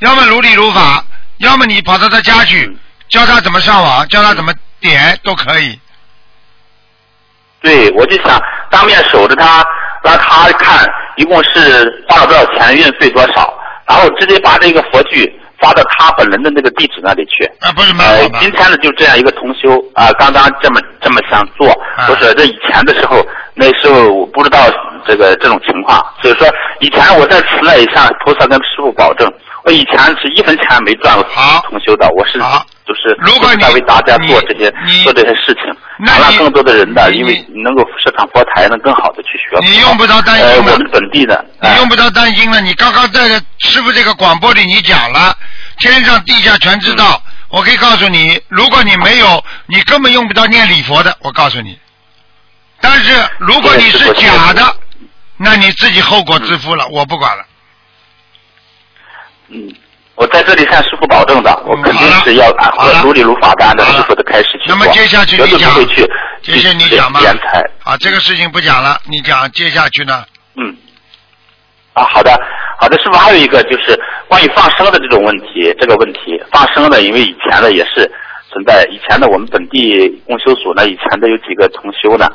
要么如理如
嗯
法，要么你跑到他家去，教他怎么上网，教他怎么点都可以。
对，我就想当面守着他，让他看一共是花了多少钱，运费多少，然后直接把这个佛具发到他本人的那个地址那里去。
啊，不是
蛮好呃今天呢，就这样一个同修啊、刚刚这么这么想做，
啊
不是这以前的时候，那时候我不知道这个这种情况，所以说以前我在此呢也向菩萨跟师傅保证，我以前是一分钱没赚过同修的，我是就是
如果你
在为大家做这些做这些事情，想让更多的人呢，因为能够设上佛台，能更好的去学佛。
你用不着担心
呃，
了
我们本地的，
你用不着担心了，你刚刚在师傅这个广播里你讲了，天上地下全知道。我可以告诉你，如果你没有，你根本用不着念礼佛的。我告诉你，但是如果你是假的，那你自己后果自负了，我不管了。
嗯，我在这里向师傅保证的，
嗯
我肯定是要按照如理如法的按照师傅的开始去
那
做，
么接下去
绝
你
对
讲
不会去
接下去你
去
讲吧
敛财。
啊，这个事情不讲了，你讲接下去呢？
嗯，啊，好的，好的，师傅，还有一个就是关于放生的这种问题，这个问题放生呢，因为以前呢也是存在，以前呢我们本地公修组呢，以前的有几个同修呢，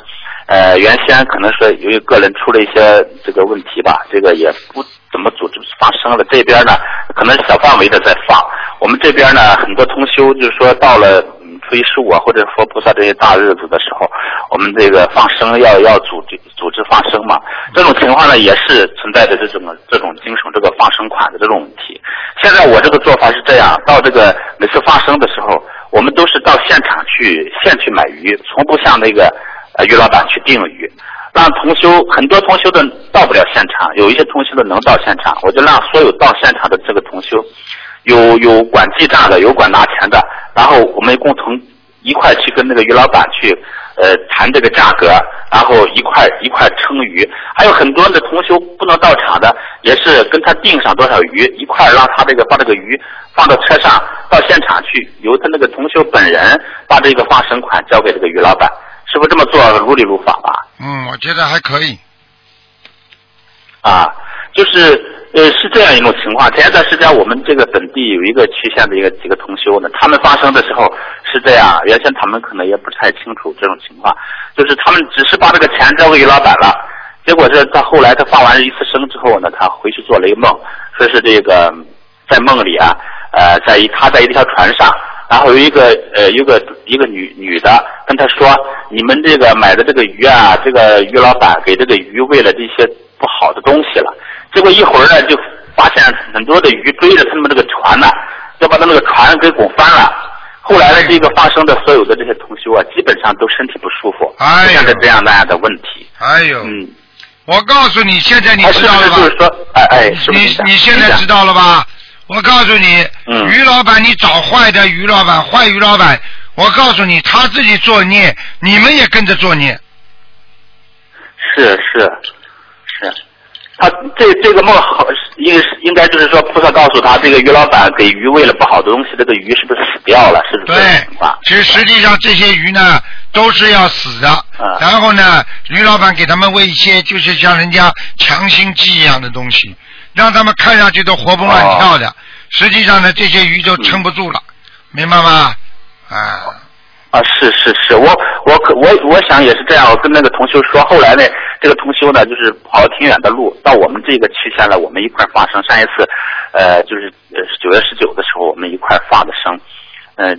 呃，原先可能说由于个人出了一些这个问题吧，这个也不怎么组织放生了，这边呢可能小范围的在放，我们这边呢很多同修就是说到了。嗯初一十五啊，或者佛菩萨这些大日子的时候，我们这个放生要要组织组织放生嘛，这种情况呢也是存在的这种这种经手这个放生款的这种问题。现在我这个做法是这样，到这个每次放生的时候，我们都是到现场去现去买鱼，从不向那个呃鱼老板去订鱼。让同修很多同修的到不了现场，有一些同修的能到现场，我就让所有到现场的这个同修有有管记账的，有管拿钱的，然后我们共同一块去跟那个于老板去呃谈这个价格，然后一块一块称鱼。还有很多的同修不能到场的，也是跟他定上多少鱼，一块让他这个把这个鱼放到车上到现场去，由他那个同修本人把这个放生款交给这个于老板，是不是这么做如理如法吧？
嗯，我觉得还可以。
啊，就是呃是这样一种情况。前一段时间我们这个本地有一个区县的一个几个同修呢，他们发生的时候是这样，原先他们可能也不太清楚这种情况，就是他们只是把这个钱交给于老板了，结果这他后来他放完一次生之后呢，他回去做了一个梦，说是这个在梦里啊，呃，在一他在一条船上。然后有一个呃，有一个一个女女的跟他说：“你们这个买的这个鱼啊，这个于老板给这个鱼喂了这些不好的东西了。”结果一会儿呢，就发现很多的鱼追着他们这个船呢、要把他们这个船给拱翻了。后来呢，这个发生的所有的这些同修啊，基本上都身体不舒服，
哎
出
呦
现了这样那样的问题。
哎呦，
嗯，
我告诉你，现在你
哎
知道了吧？
是不是就是说，哎哎，是不是
你
这样
你现在知道了吧？我告诉你，
嗯
于老板，你找坏的于老板，坏于老板，我告诉你，他自己作孽，你们也跟着作孽。
是是是，他这这个梦好应应该就是说菩萨告诉他，这个于老板给鱼喂了不好的东西，这个鱼是不是死掉了？是不是？
对，其实实际上这些鱼呢都是要死的，
啊
然后呢，于老板给他们喂一些就是像人家强心剂一样的东西，让他们看上去都活蹦乱跳
哦
的，实际上呢，这些鱼就撑不住
嗯
了，明白吗？啊，
啊，是是是，我我可我我想也是这样，我跟那个同修说，后来呢，这个同修呢，就是跑了挺远的路，到我们这个区县来，我们一块儿放生。上一次，呃，就是呃九月十九的时候，我们一块儿放的生，嗯、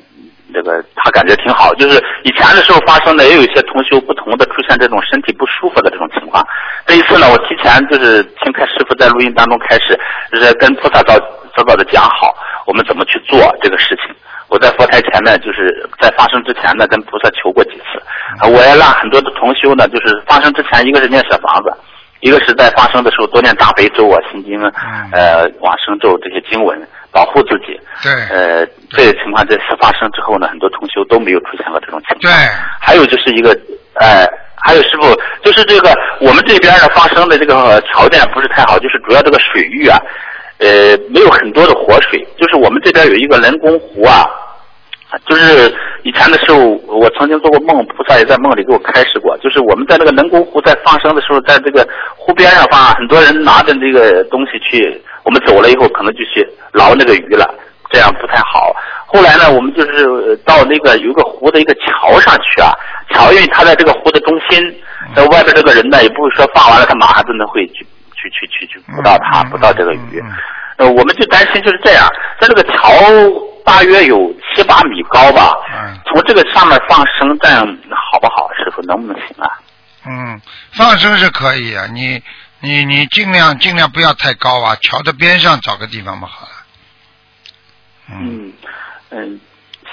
这个他感觉挺好。就是以前的时候发生的，也有一些同修不同的出现这种身体不舒服的这种情况。这一次呢，我提前就是听开师傅在录音当中开始，就是跟菩萨早早早的讲好，我们怎么去做这个事情。我在佛台前呢，就是在发生之前呢，跟菩萨求过几次。啊我也让很多的同修呢，就是发生之前，一个是念小房子，一个是在发生的时候多念大悲咒啊、心经啊、呃往生咒这些经文，保护自己。
对
嗯
呃，这个情况这次发生之后呢，很多同修都没有出现过这种情况。
对，
还有就是一个，呃，还有师傅，就是这个我们这边呢发生的这个呃条件不是太好，就是主要这个水域啊，呃，没有很多的活水，就是我们这边有一个人工湖啊，就是以前的时候，我曾经做过梦，菩萨也在梦里给我开示过，就是我们在那个人工湖在放生的时候，在这个湖边上放，很多人拿着这个东西去，我们走了以后可能就去捞那个鱼了，这样不太好。后来呢，我们就是呃到那个有一个湖的一个桥上去啊，桥因为它在这个湖的中心，
嗯
在外边这个人呢也不会说放完了他马上真的会去去去去去捕到
嗯
它，捕到这个鱼。呃，我们就担心就是这样，在这个桥大约有七八米高吧，
嗯
从这个上面放生，这样好不好？师傅能不能行啊？
嗯，放生是可以啊，你你你尽量尽量不要太高啊，桥的边上找个地方嘛好了。
嗯嗯，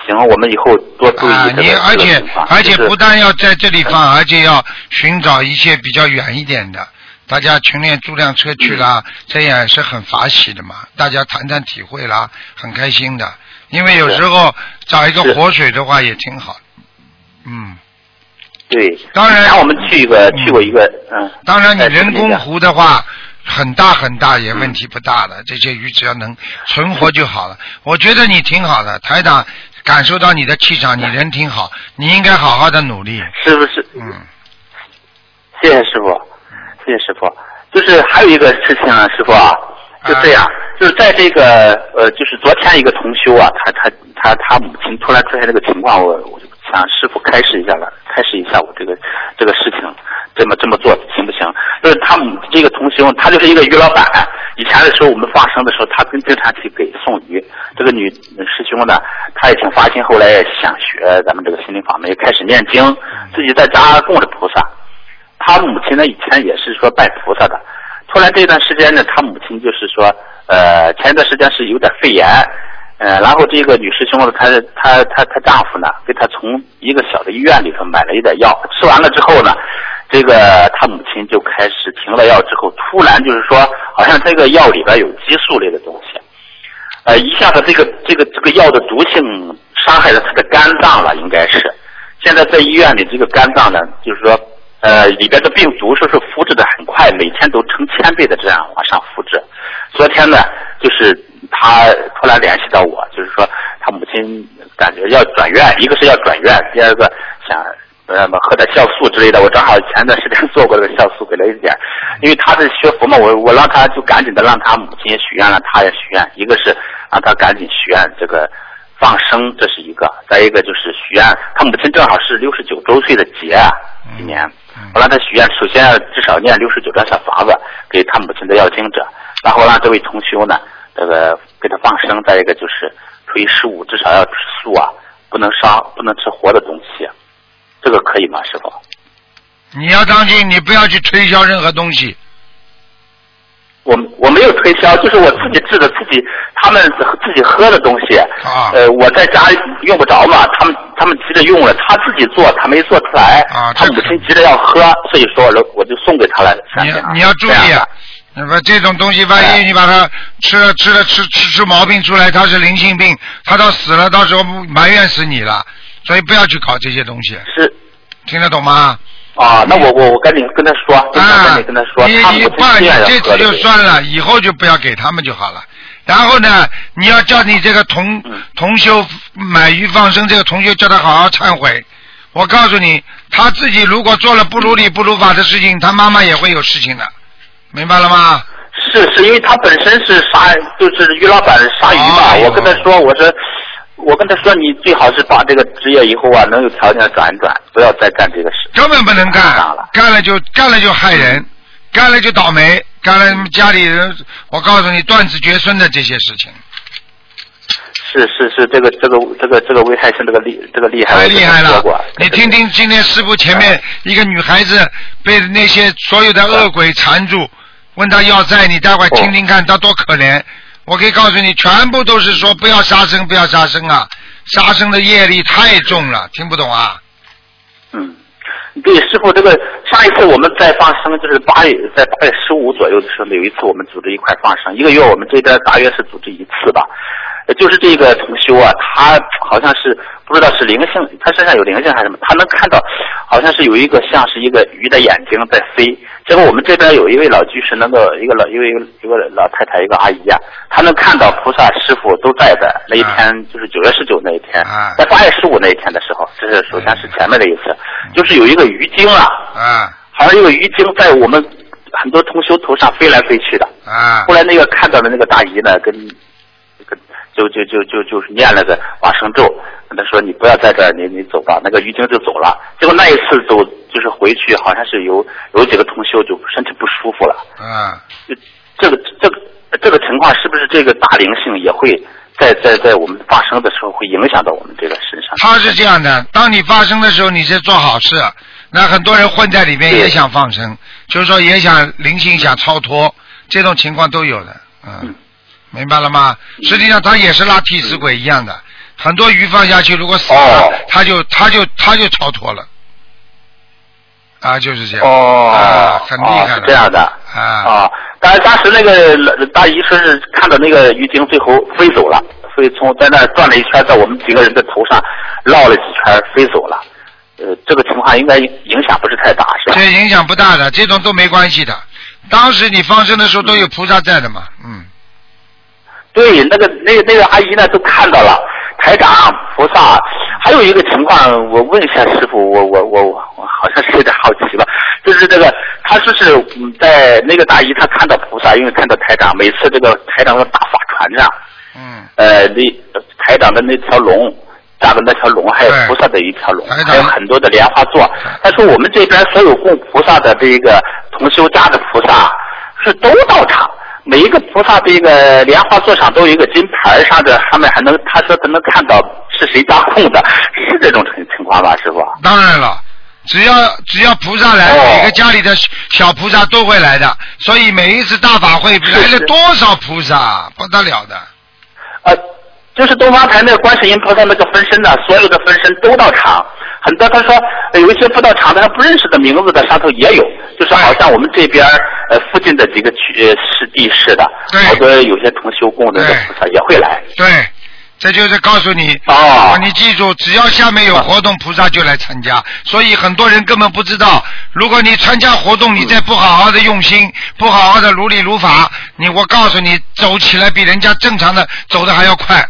行，我们以后多注意
啊，
这个、
你而
这个
且
情况
而且
就是
不但要在这里放，而且要寻找一些比较远一点的。大家群练租辆车去啦，
嗯
这样是很法喜的嘛，大家谈谈体会啦，很开心的。因为有时候找一个活水的话也挺好。嗯，
对，
当然
以前我们去一个、去过一个，嗯，
当然你
在
人
这
工
个
湖哎的话，很大很大也问题不大的，这些鱼只要能存活就好了。我觉得你挺好的，台长感受到你的气场，你人挺好，你应该好好的努力。
是不是？
嗯。
谢谢师傅，谢谢师傅。就是还有一个事情啊，师傅啊，就这样，就是在这个呃，就是昨天一个同修啊，他他他他母亲突然出现这个情况，我我就想师傅开示一下了，开示一下我这个这个事情，这么这么做行不行？就是他母这个同修，他就是一个于老板，以前的时候我们放生的时候，他跟经常去给送鱼。这个女师兄呢，她也挺发心，后来也想学咱们这个心灵法门，也开始念经，自己在家供着菩萨。他母亲呢，以前也是说拜菩萨的，突然这段时间呢，他母亲就是说，呃，前一段时间是有点肺炎，呃，然后这个女师兄呢，她她她她丈夫呢，给她从一个小的医院里头买了一点药，吃完了之后呢，这个她母亲就开始停了药之后，突然就是说，好像这个药里边有激素类的东西，呃，一下子这个这个这个药的毒性伤害了他的肝脏了，应该是。现在在医院里，这个肝脏呢，就是说，呃，里边的病毒说是复制的很快，每天都成千倍的这样往上复制。昨天呢，就是他突然联系到我，就是说他母亲感觉要转院，一个是要转院，第二个想呃喝点酵素之类的。我正好前段时间 做过这个酵素，给了一点，因为他是学佛嘛，我我让他就赶紧的让他母亲也许愿，让他也许愿。一个是让他赶紧许愿这个放生，这是一个；再一个就是许愿，他母亲正好是六十九周岁的节啊，今年我让他许愿，首先要至少念六十九张小房子给他母亲的要经者，然后让这位同修呢，这个给他放生，再一个就是初一十五至少要吃素啊，不能烧，不能吃活的东西，这个可以吗，师傅？
你要当心，你不要去推销任何东西。
我我没有推销，就是我自己制的，自己他们自己喝的东西。
啊。
呃，我在家用不着嘛，他们他们急着用了，他自己做，他没做出来。啊。他母亲急着要喝，所以说我我就送给他了。
你你要注意啊，那么这种东西，万一你把它吃了吃了吃吃出毛病出来，它是灵性病，它到死了，到时候埋怨死你了。所以不要去搞这些东西。
是。
听得懂吗？
啊，那我我我赶紧跟他说，跟他赶紧跟他说，
哎啊你
他们
啊你
不
爸，
是
你
愿意
这
喝
次
的
就
对
算了，以后就不要给他们就好了。然后呢，你要叫你这个同
嗯
同修买鱼放生，这个同修叫他好好忏悔。我告诉你，他自己如果做了不如理不如法的事情，他妈妈也会有事情的，明白了吗？
是是因为他本身是杀，就是于老板杀鱼
哎
嘛。我跟他说，我说，我跟他说，你最好是把这个职业以后啊，能有条件转一转，不要再干这个事。
根本不能干，干了就干了就害
嗯
人，干了就倒霉，干了家里人，我告诉你断子绝孙的这些事情。
是是是，这个这个这个这个危害性这个厉这个厉害，
太厉害
我跟他说
了
过。！啊
你听听今天师傅前面一个女孩子被那些所有的恶鬼缠住，问她要债，你待会儿听听看她多可怜。我可以告诉你，全部都是说不要杀生，不要杀生啊！杀生的业力太重了，听不懂啊？
对，师傅，这个上一次我们在放生，就是八月在八月十五左右的时候，有一次我们组织一块放生，一个月我们这边大约是组织一次吧。呃就是这个同修啊，他好像是不知道是灵性，他身上有灵性还是什么，他能看到，好像是有一个像是一个鱼的眼睛在飞。结果我们这边有一位老居士，能够一个老一位一个一个老太太，一个阿姨啊，她能看到菩萨师傅都在的那一天，就是九月十九那一天，在八月十五那一天的时候，这是首先是前面的一次，就是有一个鱼精啊，
啊
好像有个鱼精在我们很多同修头上飞来飞去的。
啊
后来那个看呃到的那个大姨呢，跟跟就就就就就是念了个往生咒，跟他说你不要在这儿，你你走吧。那个鱼精就走了。结果那一次走就是回去，好像是有有几个同修就身体不舒服了。
嗯，
这个这个这个情况是不是这个大灵性也会在在在我们发生的时候会影响到我们这个身上？
他是这样的，当你发生的时候，你是做好事，那很多人混在里面也想放生，就是说也想灵性想超脱，这种情况都有的，嗯，明白了吗？实际上他也是拉替死鬼一样的，很多鱼放下去，如果死了，他就他就他就超脱了，啊，就是这样，
哦
啊，很厉害
哦
的
是这样的
啊
啊！但是当时那个老大姨说是看到那个鱼精最后飞走了，所以从在那儿转了一圈，在我们几个人的头上绕了几圈飞走了。呃，这个情况应该影响不是太大，是吧？
这影响不大的，这种都没关系的。当时你放生的时候都有菩萨在的嘛，嗯，
对，那个那个那个阿姨呢都看到了，台长、菩萨，还有一个情况，我问一下师傅，我我我我我好像是有点好奇吧，就是这个，他说是嗯在那个大姨她看到菩萨，因为看到台长，每次这个台长的大法船上，
嗯，
呃，那台长的那条龙。搭的那条龙，还有菩萨的一条龙，还有很多的莲花座。他说我们这边所有供菩萨的这个同修家的菩萨是都到场，每一个菩萨这个莲花座上都有一个金牌儿，上着他们还能，他说他能看到是谁家供的，是这种情情况吧，师傅？
当然了，只要只要菩萨来，每个家里的小小菩萨都会来的，所以每一次大法会来了多少菩萨，不得了的。
就是东方台那个观世音菩萨那个分身呢，所有的分身都到场，很多他说呃有一些不到场的他不认识的名字的上头也有，就是好像我们这边呃附近的几个区呃市地市的，好多有些同修供的那个菩萨也会来。
对，这就是告诉你啊，你记住，只要下面有活动，菩萨就来参加。所以很多人根本不知道，如果你参加活动，你再不好好的用心，不好好的如理如法，你我告诉你，走起来比人家正常的走的还要快。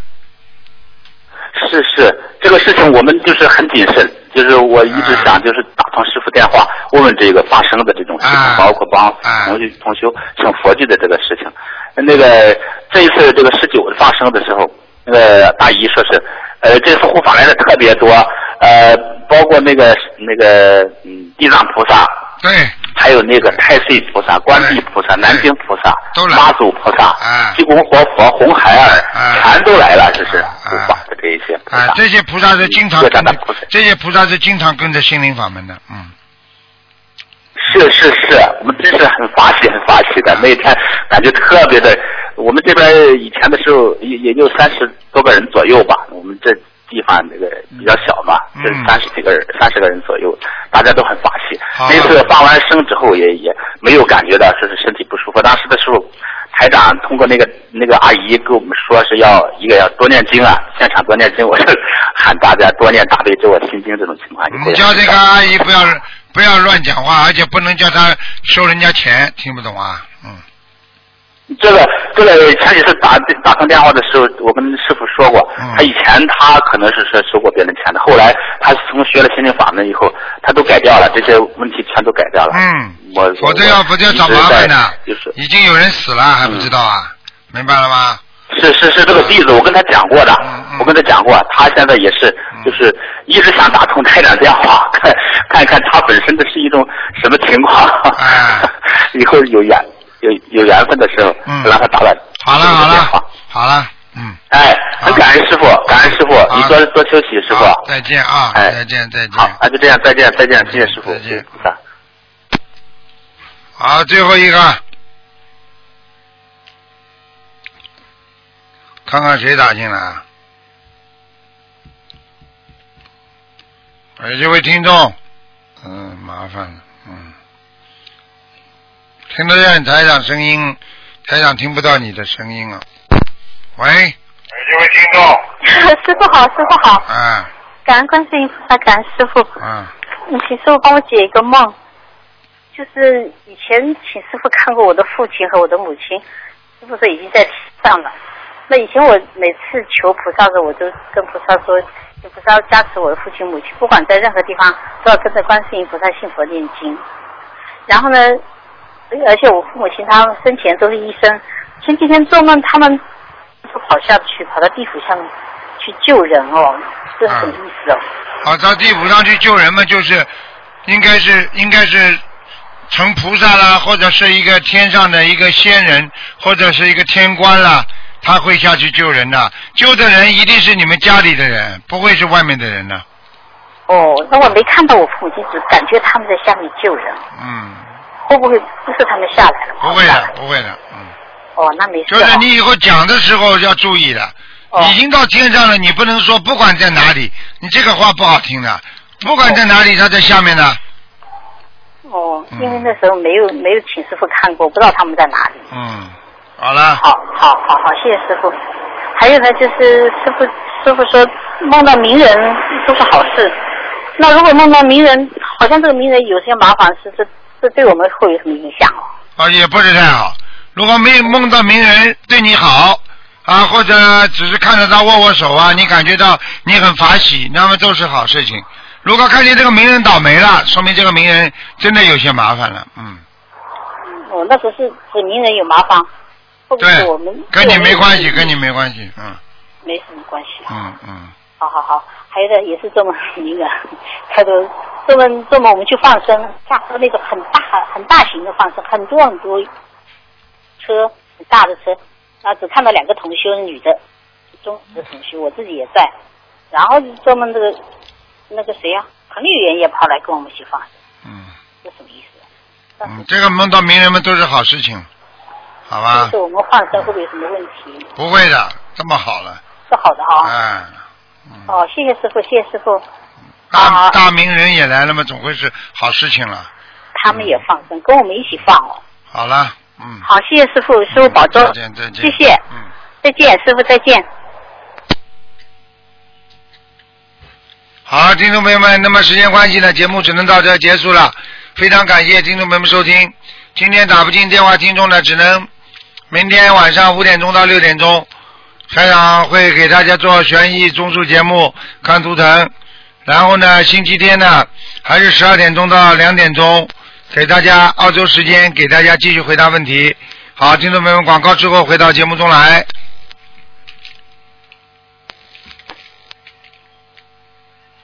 是是，这个事情我们就是很谨慎，就是我一直想就是打通师傅电话，问问这个发生的这种事情，包括帮同学同修请佛具的这个事情。那个这一次这个十九发生的时候，那个大姨说是，呃，这次护法来的特别多，呃，包括那个那个嗯地藏菩萨，
对，
还有那个太岁菩萨、观地菩萨、南京菩萨、妈祖菩萨、济公活佛、红孩儿，全都来了，这是护法的这一些菩
啊
萨，。
这些菩萨是经常
各
跟
家的
着，这些菩萨是经常跟着心灵法门的，嗯。
是是是，我们真是很发喜很发喜的。那一天感觉特别的，我们这边以前的时候也也就三十多个人左右吧，我们这地方那个比较小嘛，
嗯
就是三十几个人，三十个人左右，大家都很发喜。
好
那次发完声之后也也没有感觉到说是身体不舒服，当时的时候。台长通过那个那个阿姨跟我们说是要一个要多念经啊，现场多念经，我就 喊大家多念大悲咒啊、心经这种情况就这
嗯
样。
你叫这个阿姨不要不要乱讲话，而且不能叫她收人家钱，听不懂啊？嗯，
这个这个前几次打打通电话的时候，我跟师傅说过，
嗯
他以前他可能是说收过别人钱的，后来他从学了心灵法门以后，他都改掉了，这些问题全都改掉了。
嗯，
我
否则要否则要找麻烦的，
就是嗯
已经有人死了还不知道啊？明白了吗？嗯
是是是这个弟子，我跟他讲过的，我跟他讲过，他现在也是
嗯
就是一直想打通台长电话， 看看看他本身的是一种什么情况， 以后有缘有有缘分的时候，
哎嗯
让他打打
好了好了好了，嗯
哎，很感恩师傅，感恩师傅，你多多休息，师傅。
再见啊，
哎
再见再见。
好，那就这样，再见，再见，谢谢师傅，谢谢菩萨。
好，最后一个，看看谁打进来啊？哎，这位听众，嗯，麻烦了，嗯，听得见台长声音，台长听不到你的声音了。啊喂，
这位听众，
师傅好，师傅好，
啊，
感恩观世音菩萨，感恩师傅。
嗯，
你请师傅帮我解一个梦，就是以前请师傅看过我的父亲和我的母亲，师傅说已经在天上了。那以前我每次求菩萨的时候，我都跟菩萨说，请菩萨加持我的父亲母亲，不管在任何地方都要跟着观世音菩萨信佛念经。然后呢，而且我父母亲他们生前都是医生，前几天做梦他们就跑下去，跑到地府下面去救人哦，这是什么意
嗯
思哦？
好，啊到地府上去救人嘛，就是应该是应该是成菩萨啦，或者是一个天上的一个仙人，或者是一个天官啦，他会下去救人的。救的人一定是你们家里的人，不会是外面的人呢。
哦，那我没看到我父母亲，只感觉他们在下面救人，
嗯，
会不会不是他们下来了？
不会的，不会的，嗯。
哦，那没事、
就
啊。哦
是你以后讲的时候要注意了。已经到天上了，你不能说不管在哪里，你这个话不好听的。不管在哪里，他在下面呢。
哦，
嗯
因为那时候没有没有请师傅看过，不知道他们在哪里。
嗯，好了。
好，好，好，好，谢谢师傅。还有呢，就是师傅师傅说梦到名人都是好事，那如果梦到名人，好像这个名人有些麻烦事，这这对我们会有什么影响哦？
啊，也不是太好。如果没有梦到名人对你好啊，或者只是看着他握握手啊，你感觉到你很法喜，那么都是好事情。如果看见这个名人倒霉了，说明这个名人真的有些麻烦了，嗯，
哦，那只是指名人有麻烦，会不会是
对
我们
跟你没关系，跟
你
你没关系，嗯
没什么关系。
嗯嗯，
好好好，还有的也是这么那个， 他都这么这么我们去放生，下车那个很大很大型的放生，很多很多车，很大的车，啊，只看到两个同修女的，中职的同修，我自己也在，然后专门这个那个谁呀、彭丽媛也跑来跟我们一起放生，嗯，这什么意思？
嗯，这个梦到名人们都是好事情，好吧啊
就？是我们放生会不会有什么问题？
不会的，这么好了，
是好的哈、
哎，
哦，谢谢师傅，谢谢师傅。
大大名人也来了嘛，总会是好事情了。
他们也放生，跟我们一起放哦。
好了，嗯，
好，谢谢师傅，师傅保重，
再见再见。
谢谢，
嗯，
再见，师傅再见。
好，听众朋友们，那么时间关系呢，节目只能到这儿结束了。非常感谢听众朋友们收听。今天打不进电话，听众呢只能明天晚上五点钟到六点钟，台长会给大家做悬疑综述节目，看图腾。然后呢，星期天呢还是十二点钟到两点钟，给大家澳洲时间给大家继续回答问题。好，听众朋友们，广告之后回到节目中来。